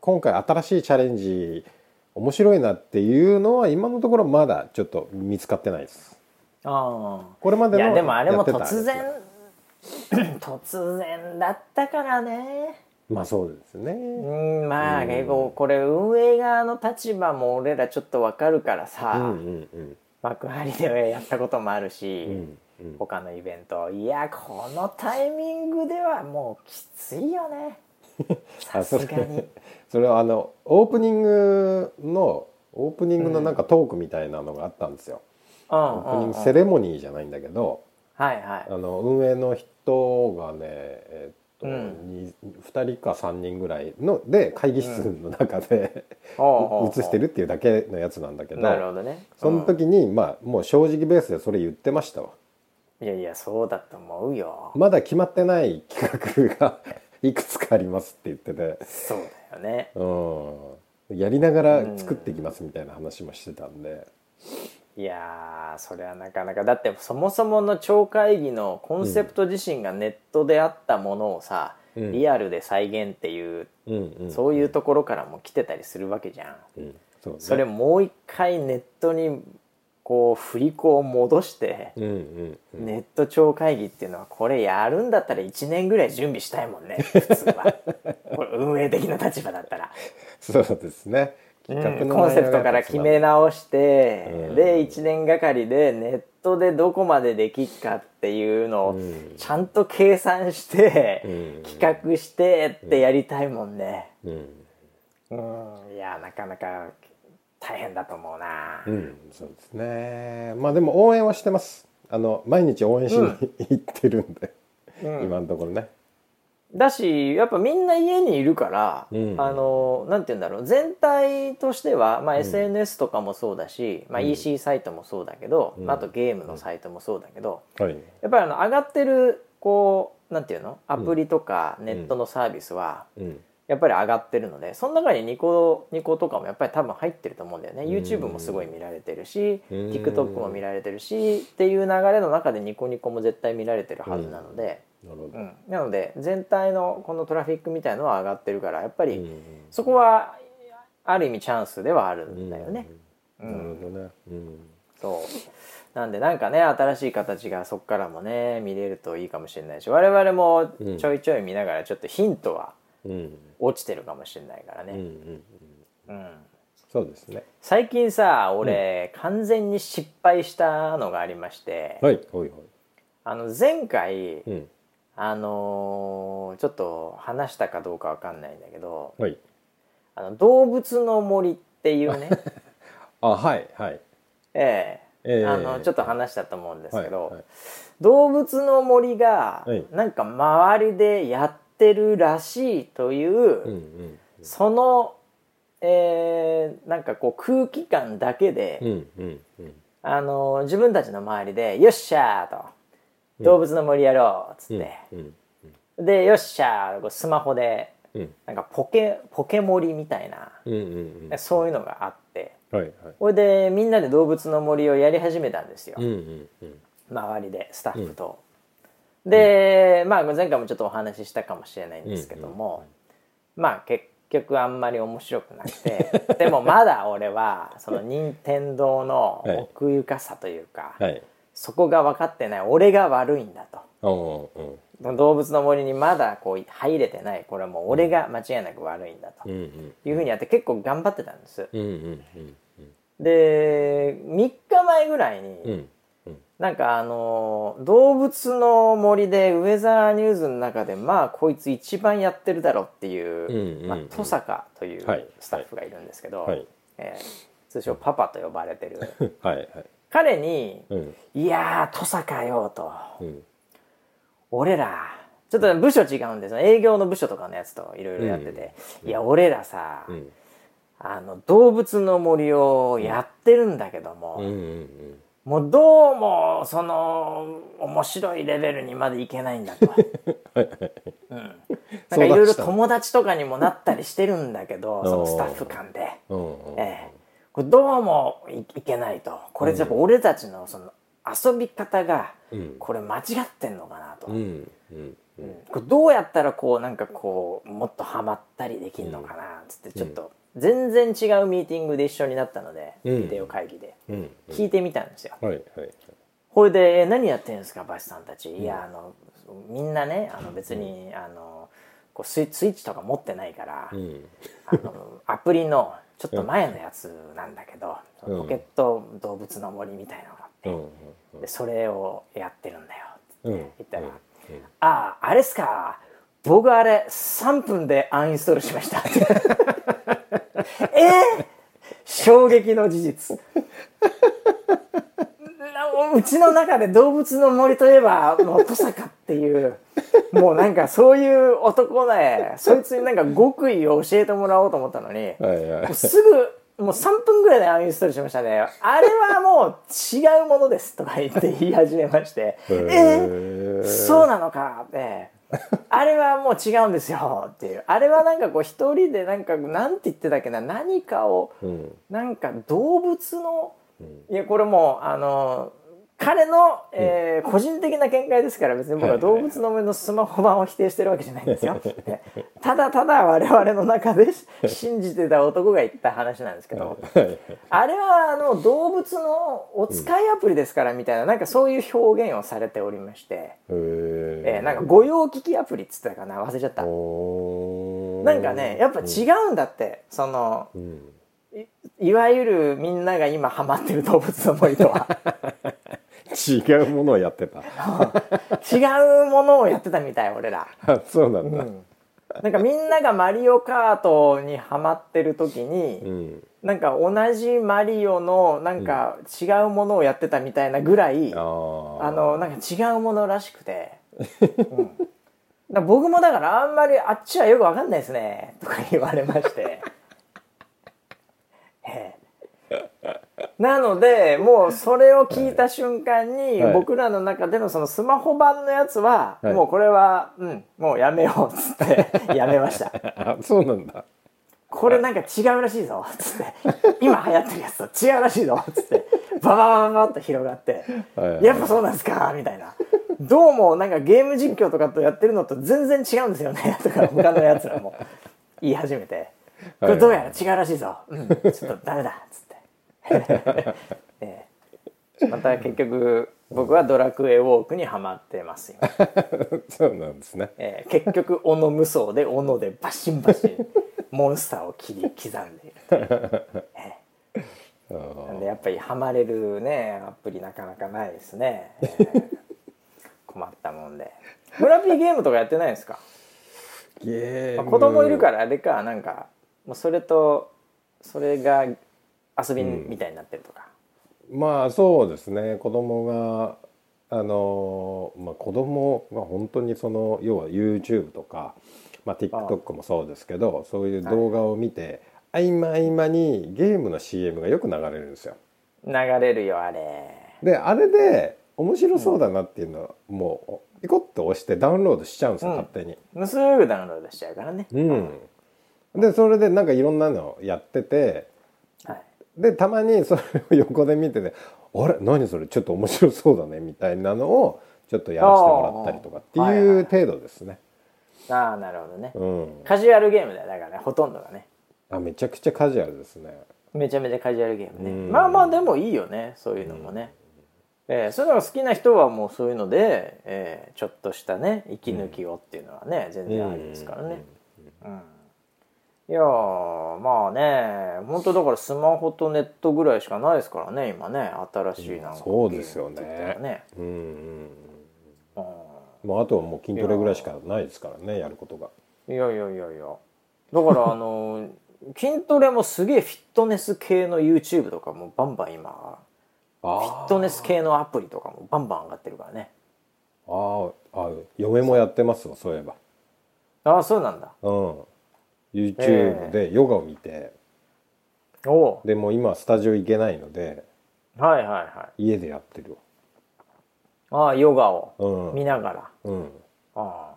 今回新しいチャレンジ面白いなっていうのは今のところまだちょっと見つかってないですあこれまあでいのやでもあれもやってたやつ突然 突然だったからねまあそうですねうんまあ結構これ運営側の立場も俺らちょっとわかるからうんさ、うんうん幕張でやったこともあるし、うんうん他のイベントいやこのタイミングではもうきついよ ねさすがにそれはあのオープニングのオープニングのなんかトークみたいなのがあったんですよ、うん オープニうンんグうんセレモニーじゃないんだけど、はいはいあの運営の人がね、えっとうに2人か3人ぐらいので会議室の中で、おうおうおう映してるっていうだけのやつなんだけどなるほどねその、時に、まあもう正直ベースでそれ言ってましたわうんいやいやそうだと思うよまだ決まってない企画が いくつかありますって言ってて、そうだよねうん、やりながら作っていきますみたいな話もしてたんで、いやーそれはなかなかだってそもそもの超会議のコンセプト自身がネットであったものをさ、うんリアルで再現っていう、うんうんそういうところからも来てたりするわけじゃんうんそうねそれもう一回ネットにこう振り子を戻して、うんうんうんネット超会議っていうのはこれやるんだったら1年ぐらい準備したいもんね普通 はこれ運営的な立場だったら、そうですねうん企画のコンセプトから決め直して、うんで1年がかりでネットでどこまでできるかっていうのうをんちゃんと計算して、うん企画してってやりたいもんね、うんうん、いやなかなか大変だと思うな、うん、そうですね。まあでも応援はしてます。あの毎日応援しに、行ってるんで、今のところね。だしやっぱみんな家にいるから、うんあのなんて言うんだろう全体としては、まあ、SNS とかもそうだし、まあ、EC サイトもそうだけど、うんまああとゲームのサイトもそうだけど、はい。やっぱりあの上がってるこうなんていうのアプリとかネットのサービスは、うん。やっぱり上がってるのでその中にニコニコとかもやっぱり多分入ってると思うんだよね、YouTube もすごい見られてるし、うん TikTok も見られてるしっていう流れの中でニコニコも絶対見られてるはずなので。なるほうど。ん、なので全体のこのトラフィックみたいのは上がってるからやっぱうりんそこはある意味チャンスではあるんだよね。。うんなるほどね。うん。そうなんでなんかね新しい形がそこからもね見れるといいかもしれないし我々もうんちょいちょい見ながらちょっとヒントはうん。落ちてるかもしれないからうん。うね。ん。うんそうですね。最近さ俺、完全に失敗したのがありまして、はい。はい。はい。あの前回、うん。あのーちょっと話したかどうかわかんないんだけど、はい。あの動物の森っていう ね、あ、はい。はい。ええええあのちょっと話したと思うんですけど、はいはい動物の森がはいなんか周りでやってるらしいという、うん。うん。その、えーなんかこう空気感だけで、うん。うん。うん。あの自分たちの周りで「よっしゃー!」と動物の森やろうっつっうんて、うんでよっしゃーこうスマホでうんなんかポケポケモリみたいな、うんうんうんはいそういうのがあってはいこれでみんなで動物の森をやり始めたんですよ、うんうんうん周りでスタッフと、で、まあ、前回もちょっとお話ししたかもしれないんですけども、まあ結局あんまり面白くなくて でもまだ俺はその任天堂のはい奥ゆかさというか、はいそこが分かってない俺が悪いんだと。おーうん動物の森にまだこう入れてないこれはもう俺が間違いなく悪いんだとうんうんいうふうにやって結構頑張ってたんですうんうんうんで3日前ぐらいに、うんなんかあのー動物の森でウェザーニューズの中でまあこいつ一番やってるだろうっていう、うんうんうんまあ、登坂というはいスタッフがいるんですけど、はいえー通称パパと呼ばれてるはいはい彼にうん「いやー登坂よ」とうん「俺らちょっと部署違うんですよ営業の部署とかのやつといろいろやってて、いや俺らさ、うんあの動物の森をやってるんだけども、うんうんもうどうもその面白いレベルにまでいけないんだ と。うん、なんかいろいろ友達とかにもなったりしてるんだけどおーそのスタッフ間で、うんうんええこれどうもいいけないとこれやっぱ俺たちのその遊び方がうんこれ間違ってんのかなと、うんうんうんこれどうやったらこうなんかこうもっとハマったりできるのかなっつってちょっと全然違うミーティングで一緒になったので、うんビデオ会議でうん聞いてみたんですよ。はいはいほいでえ「何やってんですかバシさんたち」いやあのみんなねあの別にあのこうスイスイッチとか持ってないから、うんあのアプリのちょっと前のやつなんだけど、そのポケット動物の森みたいなのがあっうて、んうんでそれをやってるんだよってうん言ったら「うんあああれっすか僕あれ3分でアンインストールしました」 えー衝撃の事実 なうちの中で動物の森といえばもう登坂っていうもうなんかそういう男でそいつになんか極意を教えてもらおうと思ったのにはいはいもうすぐもう3分ぐらいでアンインストールしましたねあれはもう違うものですとか言って言い始めましてえへーーそうなのかえーあれはもう違うんですよっていうあれはなんかこう一人でなんかなんて言ってたっけな何かをうんなんか動物の、いやこれもうあの彼の、えー個人的な見解ですから別に僕は動物の森のスマホ版を否定してるわけじゃないんですよ。ねただただ我々の中で信じてた男が言った話なんですけどはいあれはあの動物のお使いアプリですからみたいななんかそういう表現をされておりまして、ええーなんか御用聞きアプリっつってたかな忘れちゃった。おーなんかねやっぱ違うんだってそのうんいわゆるみんなが今ハマってる動物の森と は違うものをやってた違うものをやってたみたい俺ら、あそうなんだなんかみんながマリオカートにハマってる時に、うんなんか同じマリオのなんか違うものをやってたみたいなぐらい、あーあのなんか違うものらしくて、うんだから僕もだからあんまりあっちはよくわかんないですねとか言われまして、 ええなのでもうそれを聞いた瞬間に、はい僕らの中でのそのスマホ版のやつは、はいもうこれは、うん、もうやめようっつって やめましたあ そうなんだこれなんか違うらしいぞっつって今流行ってるやつと違うらしいぞっつってバババババッと広がってはいはいやっぱそうなんですかみたいなどうもなんかゲーム実況とかとやってるのと全然違うんですよね とか他のやつらも言い始めてこれどうやら違うらしいぞうんちょっとダメだっつって ええまた結局僕はドラクエウォークにはまってます今そうなんですねえー結局斧無双で斧でバシンバシンモンスターを切り刻んでいるというあーなんでやっぱりハマれるねアプリなかなかないですね、 えー困ったもんで村ピーゲームとかやってないですか、ゲーまあム子供いるからあれかなんかもうそれとそれが遊びみたいになってるとか、まあそうですね子供があのまあ子供は本当にその要は YouTube とか、まあ、TikTok もそうですけどそういう動画を見て、合間合間にゲームの CM がよく流れるんですよ。流れるよあれであれで面白そうだなっていうのはもうピコッと押してダウンロードしちゃうんですよ、うん勝手に。うんすぐダウンロードしちゃうからねうん、でそれでなんかいろんなのやっててはいでたまにそれを横で見てて「あれ何それちょっと面白そうだね」みたいなのをちょっとやらせてもらったりとかってあーはいいはうい程度ですね。ああなるほどね、うん、カジュアルゲームだよだからねほとんどがねあめちゃくちゃカジュアルですね。めちゃめちゃカジュアルゲームね、うんまあまあでもいいよねそういうのもね、えーそういうのが好きな人はもうそういうので、えーちょっとしたね息抜きをっていうのはね、全然ありですからね、うんいやーまあね本当だからスマホとネットぐらいしかないですからね今ね新しいなんかそうですよねゲームって言ったらねうんうんうんうんうんもうあとはもう筋トレぐらいしかないですからねやることが。いやいやいやいやだからあの 筋トレもすげえフィットネス系の YouTube とかもバンバン今フィットネス系のアプリとかもバンバン上がってるからねあーあー嫁もやってますわそういえば。ああそうなんだうん、YouTube でヨガを見て。おおでもう今スタジオ行けないのではいはいはい家でやってるああヨガをわうん見ながら、うんああ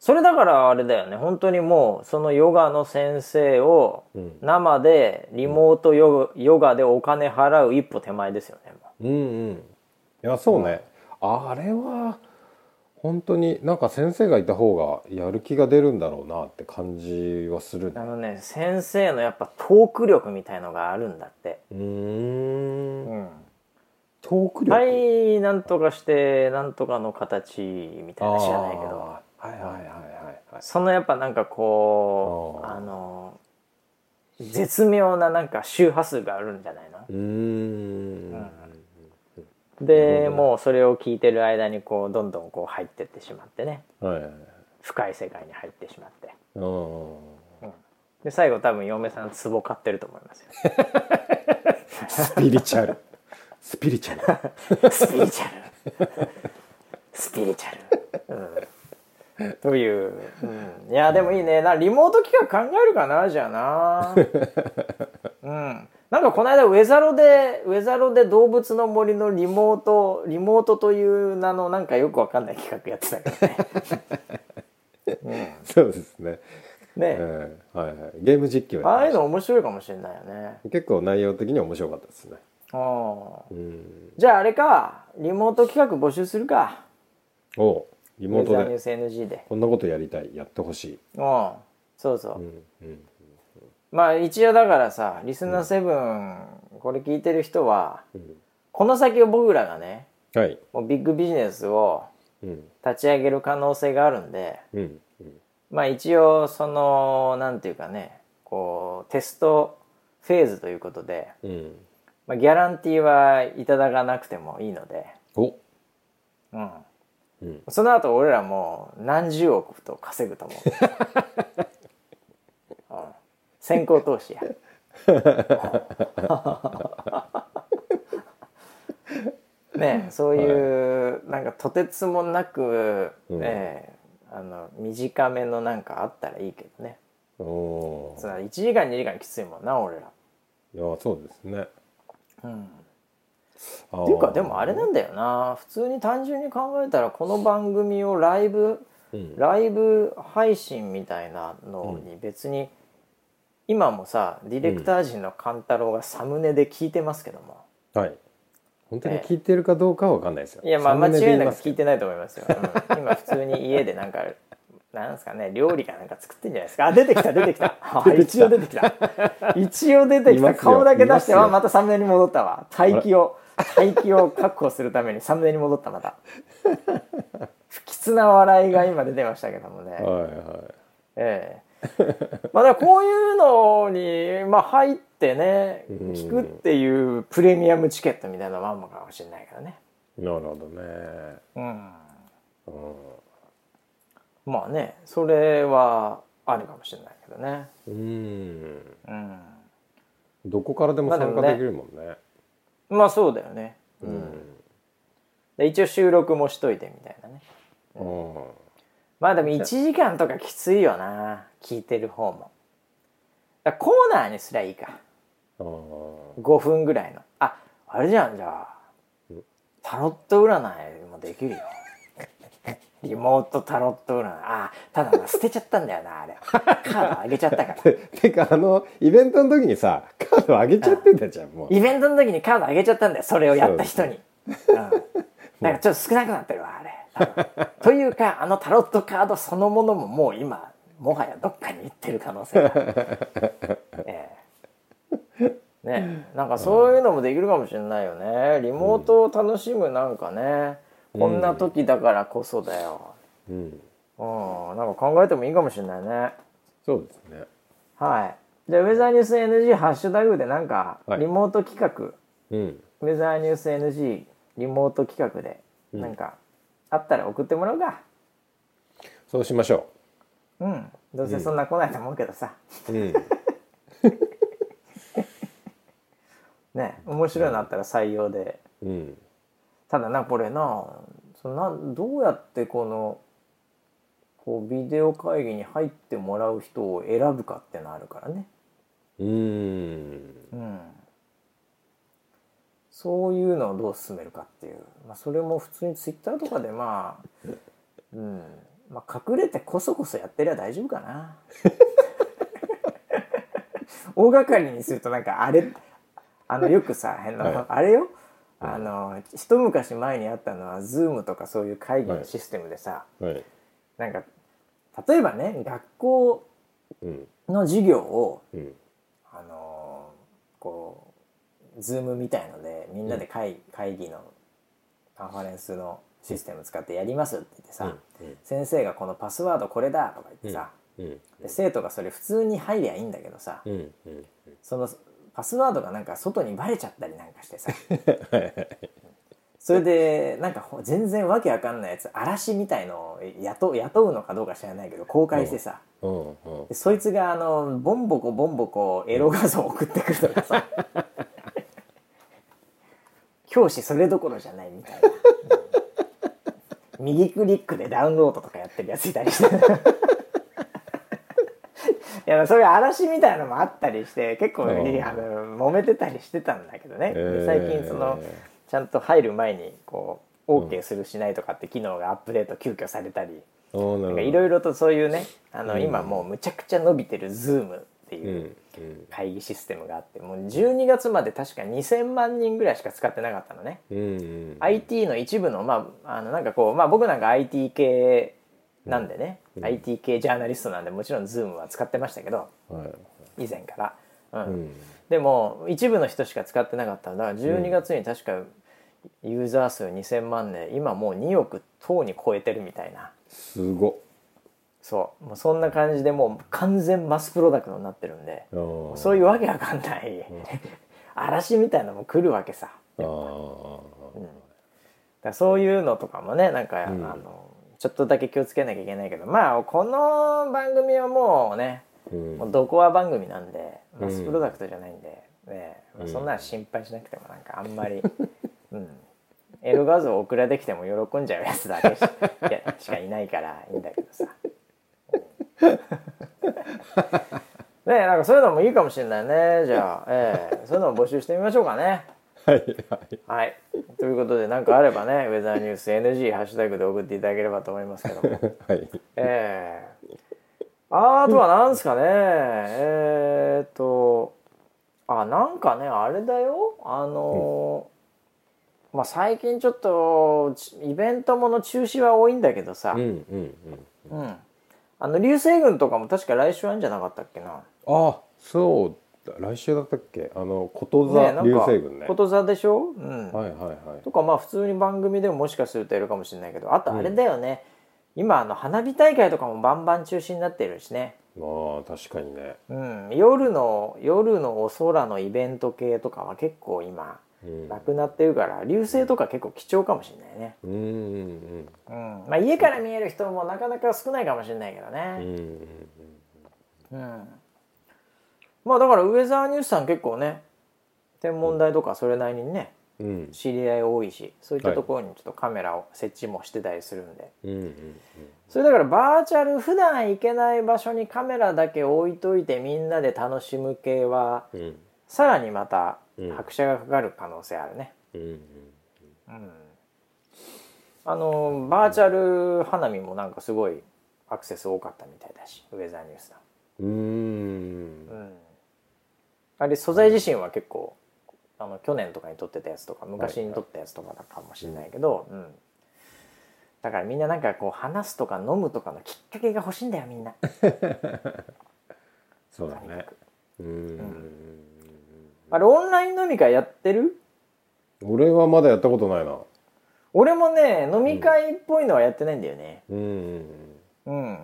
それだからあれだよね本当にもうそのヨガの先生をうん生でリモートヨガヨガでお金払う一歩手前ですよねもうんうんいやそうね、あれは本当になんか先生がいた方がやる気が出るんだろうなって感じはするうあねのね先生のやっぱトーク力みたいのがあるんだってうーんうんトーク力はいなんとかしてなんとかの形みたいな知らないけどあーはいはいはいはいはいそのやっぱなんかこうあーあの絶妙ななんか周波数があるんじゃないの、うーんでもうそれを聞いてる間にこうどんどんこう入ってってしまってねはいはい深い世界に入ってしまって うんで最後多分嫁さんツボ買ってると思いますよスピリチュアルスピリチュアルスピリチュアルスピリチュアル、うん、という、うん、いやでもいいねなリモート企画考えるかなじゃあ なうんなんかこの間ウェザロでウェザロで動物の森のリモートリモートという名のなんかよくわかんない企画やってたけどね そうですね、ね、えーはいはい、ゲーム実況やってましたああいうの面白いかもしれないよね。結構内容的には面白かったですねああうんじゃああれか、リモート企画募集するか。おリモーウェザニトューでス NG で。こんなことやりたいやってほしい、うん。そうそう。うんうん、まあ一応だからさ、リスナーセブン、これ聞いてる人は、この先を僕らがね、はいもうビッグビジネスをうん立ち上げる可能性があるんで、うんうんまあ一応その、なんていうかね、こう、テストフェーズということで、うんまあ、ギャランティーはいただかなくてもいいので、おうん。うんその後俺らもう何十億と稼ぐと思 う、うん、先行投資やねえそういう、なんかとてつもなく、うんええあの短めのなんかあったらいいけどねおそーの1時間2時間きついもんな俺ら、いやそうですねうん、っあーていうかでもあれなんだよな普通に単純に考えたらこの番組をライブうんライブ配信みたいなのに別に、今もさディレクター陣の勘太郎がサムネで聞いてますけども、はい本当に聞いてるかどうかは分かんないですよ、いやまあサム間ネ違でい言なまくす聞いてないと思いますよ、うん今普通に家でなんかなんですかね料理かなんか作ってんじゃないですかあ出てきた出てき たあ一応出てきた一応出ていきまたすよ顔だけ出してはいますよまたサムネに戻ったわ待機を待機を確保するためにサムネに戻ったまた不吉な笑いが今出てましたけどもね、はいはええまあだからこういうのに、まあ、入ってねうん聞くっていうプレミアムチケットみたいなのもあんのかもしれないからね、いなるほどねうん、うまあねそれはあるかもしれないけどね、んうんうん、どこからでもまあで参も加ねできるもんね,、まあそうだよね、うんで一応収録もしといてみたいなねうんうんまあでも1時間とかきついよな聞いてる方もだからコーナーにすりゃいいかあー 5分ぐらいのああれじゃんじゃあタロット占いもできるよリモートタロット占いあただな捨てちゃったんだよなあれカードあげちゃったからてかあのイベントの時にさカードあげちゃってたじゃんもうイベントの時にカードあげちゃったんだよそれをやった人にうん、だからちょっと少なくなってるわあれ 多分というかあのタロットカードそのものももう今もはやどっかに行ってる可能 性があるええねなんかそういうのもできるかもしれないよねリモートを楽しむなんかね、こんな時だからこそだよううんんなんか考えてもいいかもしれないねそうですねはいじゃあウェザーニュース NG ハッシュタグでなんかはいリモート企画、うんウェザーニュース NG リモート企画で、んなんかあったら送ってもらうかそうしましょうんどうせそんな来ないと思うけどさ、ううんね面白いのあったら採用でうんただなこれなそのなんどうやってこのこうビデオ会議に入ってもらう人を選ぶかってのあるからねうーんうんそういうのをどう進めるかっていう、まあ、それも普通にツイッターとかでまあうんまあ隠れてこそこそやってりゃ大丈夫かな大掛かりにするとなんかあれあのよくさ変な、はいあれよあの一昔前にあったのは Zoom とかそういう会議のシステムでさ、はいなんか例えばね学校うんの授業をうんあのーこうズームみたいのでみんなで会,、会議のカンファレンスのシステム使ってやりますって言ってさ、うん先生がこのパスワードこれだとか言ってさ、うんで生徒がそれ普通に入りゃいいんだけどさ、うんうんそのパスワードがなんか外にバレちゃったりなんかして さそれでなんかほ全然わけわかんないやつ嵐みたいのを雇う雇うのかどうか知らないけど公開してさ、うんうんでそいつがあのボンボコボンボコエロ画像を送ってくるとか さ教師それどころじゃないみたいなうん右クリックでダウンロードとかやってるやついたりして いやそういう嵐みたいなのもあったりして結構、うんあの揉めてたりしてたんだけどね、でえー最近そのちゃんと入る前にこう OK するしないとかって機能がアップデート急遽されたり。あーなるほなんどかいろいろとそういうねあの、今もうむちゃくちゃ伸びてる Zoom ってういうんうん会議システムがあってもう12月まで確か2,000万人ぐらいしか使ってなかったのね、うんうん IT の一部のまああのなんかこう、まあ、僕なんか IT 系なんでね、IT 系ジャーナリストなんでもちろん Zoom は使ってましたけどはい以前から、ううんんでも一部の人しか使ってなかったんだ12月に確かユーザー数2,000万で今もう2億等に超えてるみたいな。すごっそうもうそんな感じでもう完全マスプロダクトになってるんであーそういうわけわかんない嵐みたいなのも来るわけさだかあーらそういうのとかもねなんか、あのちょっとだけ気をつけなきゃいけないけどまあこの番組はもうねうんもうどこは番組なんでマスプロダクトじゃないんで、ねまあそんなの心配しなくてもなんかあんまり、うん、エロ画像送られてきても喜んじゃうやつだけし いやしかいないからいいんだけどさ。うんねなんかそういうのもいいかもしれないねじゃあ、ええそういうのも募集してみましょうかね。はいはいはい、ということで何かあればねウェザーニュース NG ハッシュタグで送っていただければと思いますけども。はいええあとはなんですかねえー、っとあなんかねあれだよあのー、まあ最近ちょっとちイベントもの中止は多いんだけどさ、うんうんうんうんあの流星群とかも確か来週あるんじゃなかったっけな。あそうだ来週だったっけあのことねえなざんか流星群ねことざでしょ、うんはいはいはいとかまあ普通に番組でももしかするとやるかもしれないけどあとあれだよね、今あの花火大会とかもバンバン中止になってるしね。まあ確かにねうん、夜の夜のお空のイベント系とかは結構今うんなくなってるから流星とか結構貴重かもしれないね、うんうんうんまあ、家から見える人もなかなか少ないかもしれないけどうんうね、んうんうんまあだからウェザーニュースさん結構ね天文台とかそれなりにねうん知り合い多いしそういったところにちょっとカメラを設置もしてたりするんで、うんうんそれだからバーチャル普段行けない場所にカメラだけ置いといてみんなで楽しむ系はうんうんさらにまたうん拍車がかかる可能性あるね、うんうんあのバーチャル花見もなんかすごいアクセス多かったみたいだしウェザーニュースさうーんん、うん、あれ素材自身は結構あの去年とかに撮ってたやつとか昔に撮ったやつとかだかもしれないけど、うん、だからみんななんかこう話すとか飲むとかのきっかけが欲しいんだよみんな。そうだねうーんあれオンライン飲み会やってる俺はまだやったことないな俺もね飲み会っぽいのはやってないんだよねうーんうん、う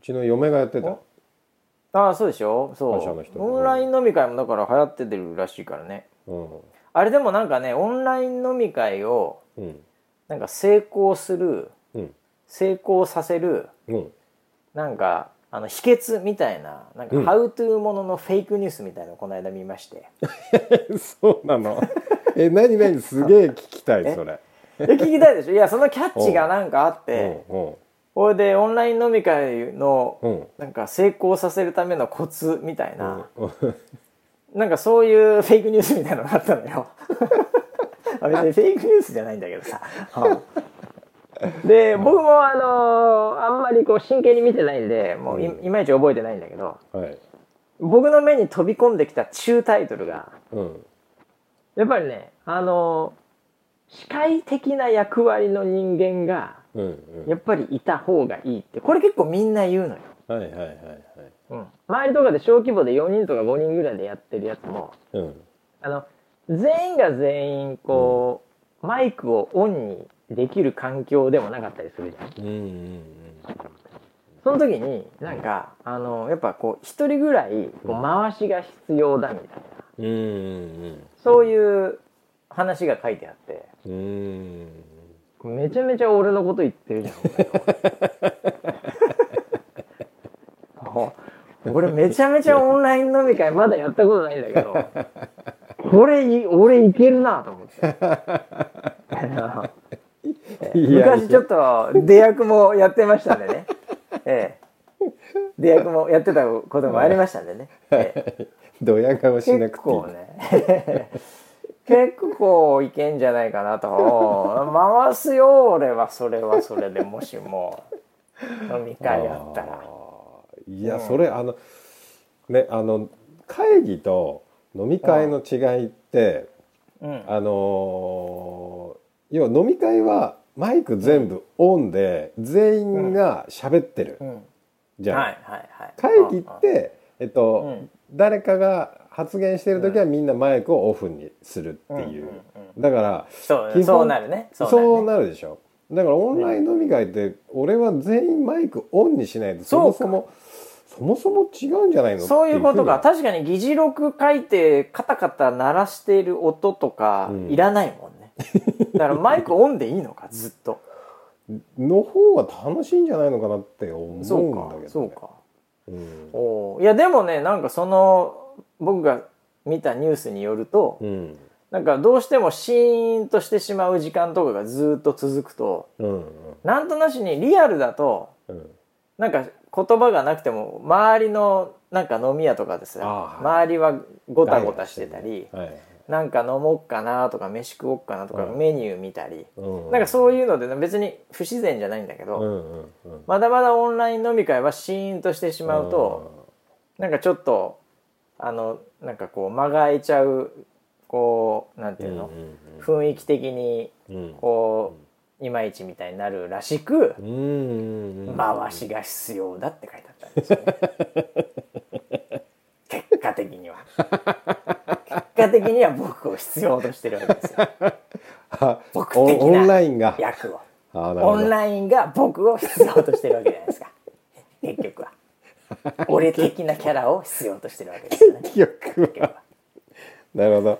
ちの嫁がやってたああそうでしょそ会社の人うオンライン飲み会もだから流行っててるらしいからねうんあれでもなんかねオンライン飲み会をうんなんか成功するうん成功させるうんなんかあの秘訣みたいななんかうんハウトゥーもののフェイクニュースみたいなのこの間見まして、そうなのえ何何すげえ聞きたいそれえ聞きたいでしょいやそのキャッチがなんかあっうてんこれでオンライン飲み会のうんうんなんか成功させるためのコツみたいな、うんなんかそういう フェイクニュースみたいなのがあったのよ。 あ別にフェイクニュースじゃないんだけどさ。で僕もあのーあんまりこう真剣に見てないんでもうい,、うんいまいち覚えてないんだけどはい僕の目に飛び込んできた中タイトルがうんやっぱりねあのー司会的な役割の人間がうんうんやっぱりいた方がいいってこれ結構みんな言うのよ。はいはいはいはいうん、周りとかで小規模で4人とか5人ぐらいでやってるやつもうんあの全員が全員こう、マイクをオンにできる環境でもなかったりするじゃん。うんうんその時になんかあのやっぱこう一人ぐらいこう回しが必要だみたいなうんうんそういう話が書いてあってうんうんめちゃめちゃ俺のこと言ってるじゃん お前俺めちゃめちゃオンライン飲み会まだやったことないんだけどこれい俺いけるなと思って いや昔ちょっと出役もやってましたんで ね、ええ、出役もやってたこともありましたんでね、ええドヤ顔しな結くていい構ね結構いけんじゃないかなと回すよ俺はそれはそれでもしも飲み会やったらあーいや、それあのねあの会議と飲み会の違いって、うんあのー要は飲み会はマイク全部オンで全員が喋ってる、うんじゃん、はいはいはい会議って、えっとうん誰かが発言してる時はみんなマイクをオフにするっていう、うんうんだからそ基本うそうなるねそうなるそうねなるでしょだからオンライン飲み会って俺は全員マイクオンにしないとそもそもそもそも違うんじゃないのそういうことかって確かに議事録書いてカタカタ鳴らしている音とかうんいらないもんね、だからマイクオンでいいの かずっというふうにの方が楽しいんじゃないのかなって思うんだけそうどかね、そうかうんおーいやでもねなんかその僕が見たニュースによると、うんなんかどうしてもシーンとしてしまう時間とかがずーっと続くとうんなんとなしにリアルだとうんなんか言葉がなくても周りのなんか飲み屋とかでさ、あーは周りはごたごたしてたり、はいなんか飲もっかなとか飯食おっかなとかうんメニュー見たり、うんなんかそういうので別に不自然じゃないんだけど、うんうんうんまだまだオンライン飲み会はシーンとしてしまうと、なんかちょっとあのなんかこう間が空いちゃうこうなんていうの、雰囲気的にうんうんこういまいちみたいになるらしくうんうんうん回しが必要だって書いてあったんですよ、ね、 結果的には結果的には僕を必要としてるわけですよあ僕的オなンオンラインが役をあーなるほオどンラインが僕を必要としてるわけじゃないですか結局は俺的なキャラを必要としてるわけですよね記憶はなるほど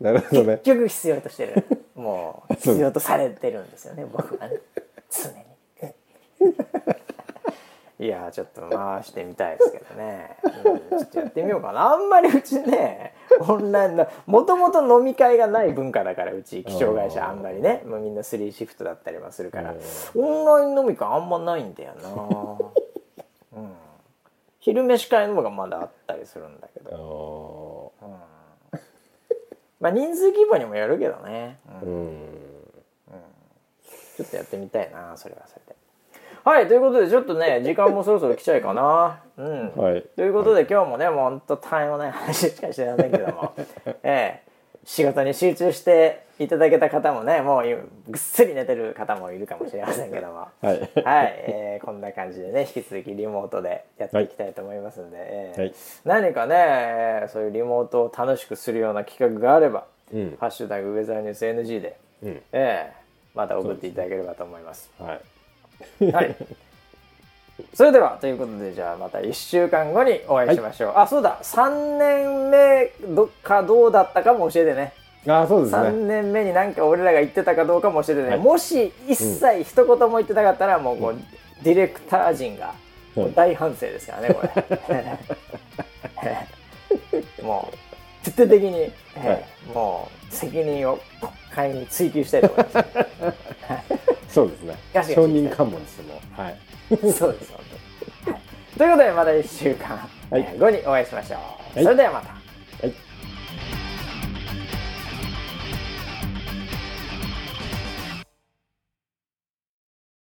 なるほどね結局必要としてる もう必要とされてるんですよね僕はね常に いやーちょっと回してみたいですけどね、うんちょっとやってみようかなあんまりうちねオンラインのもともと飲み会がない文化だからうち気象会社あんまりねもうみんな3シフトだったりもするからオンライン飲み会あんまないんだよな、うん昼飯会の方がまだあったりするんだけどあーまあ人数規模にもよるけどね、うんうんちょっっとやってみたいなそれはそれではいということでちょっとね時間もそろそろ来ちゃいかなうんはいということで、今日もねもうほんとタイムない話しかしてませんけど もええ仕事に集中していただけた方もねもう今ぐっすり寝てる方もいるかもしれませんけども はいえーこんな感じでね引き続きリモートでやっていきたいと思いますので、ええはい何かねえーそういうリモートを楽しくするような企画があれば「うんハッシュタグウェザーニュース NG で」うんええまた送っていただければと思います。はいはい。それではということでじゃあまた1週間後にお会いしましょう、あそうだ3年目どかどうだったかも教えてねああそうです3ね年目になんか俺らが言ってたかどうかも教えてね、はいもし一切一言も言ってなかったらもうこう、ディレクター陣がもう大反省ですからねこれ もう徹底的に、えーはいもう責任を国会に追及したいと思いますそうですねガシガシ承認喚問ですもうはい そうです、本当に。ということで、また1週間はいえー後にお会いしましょう。はいそれではまた。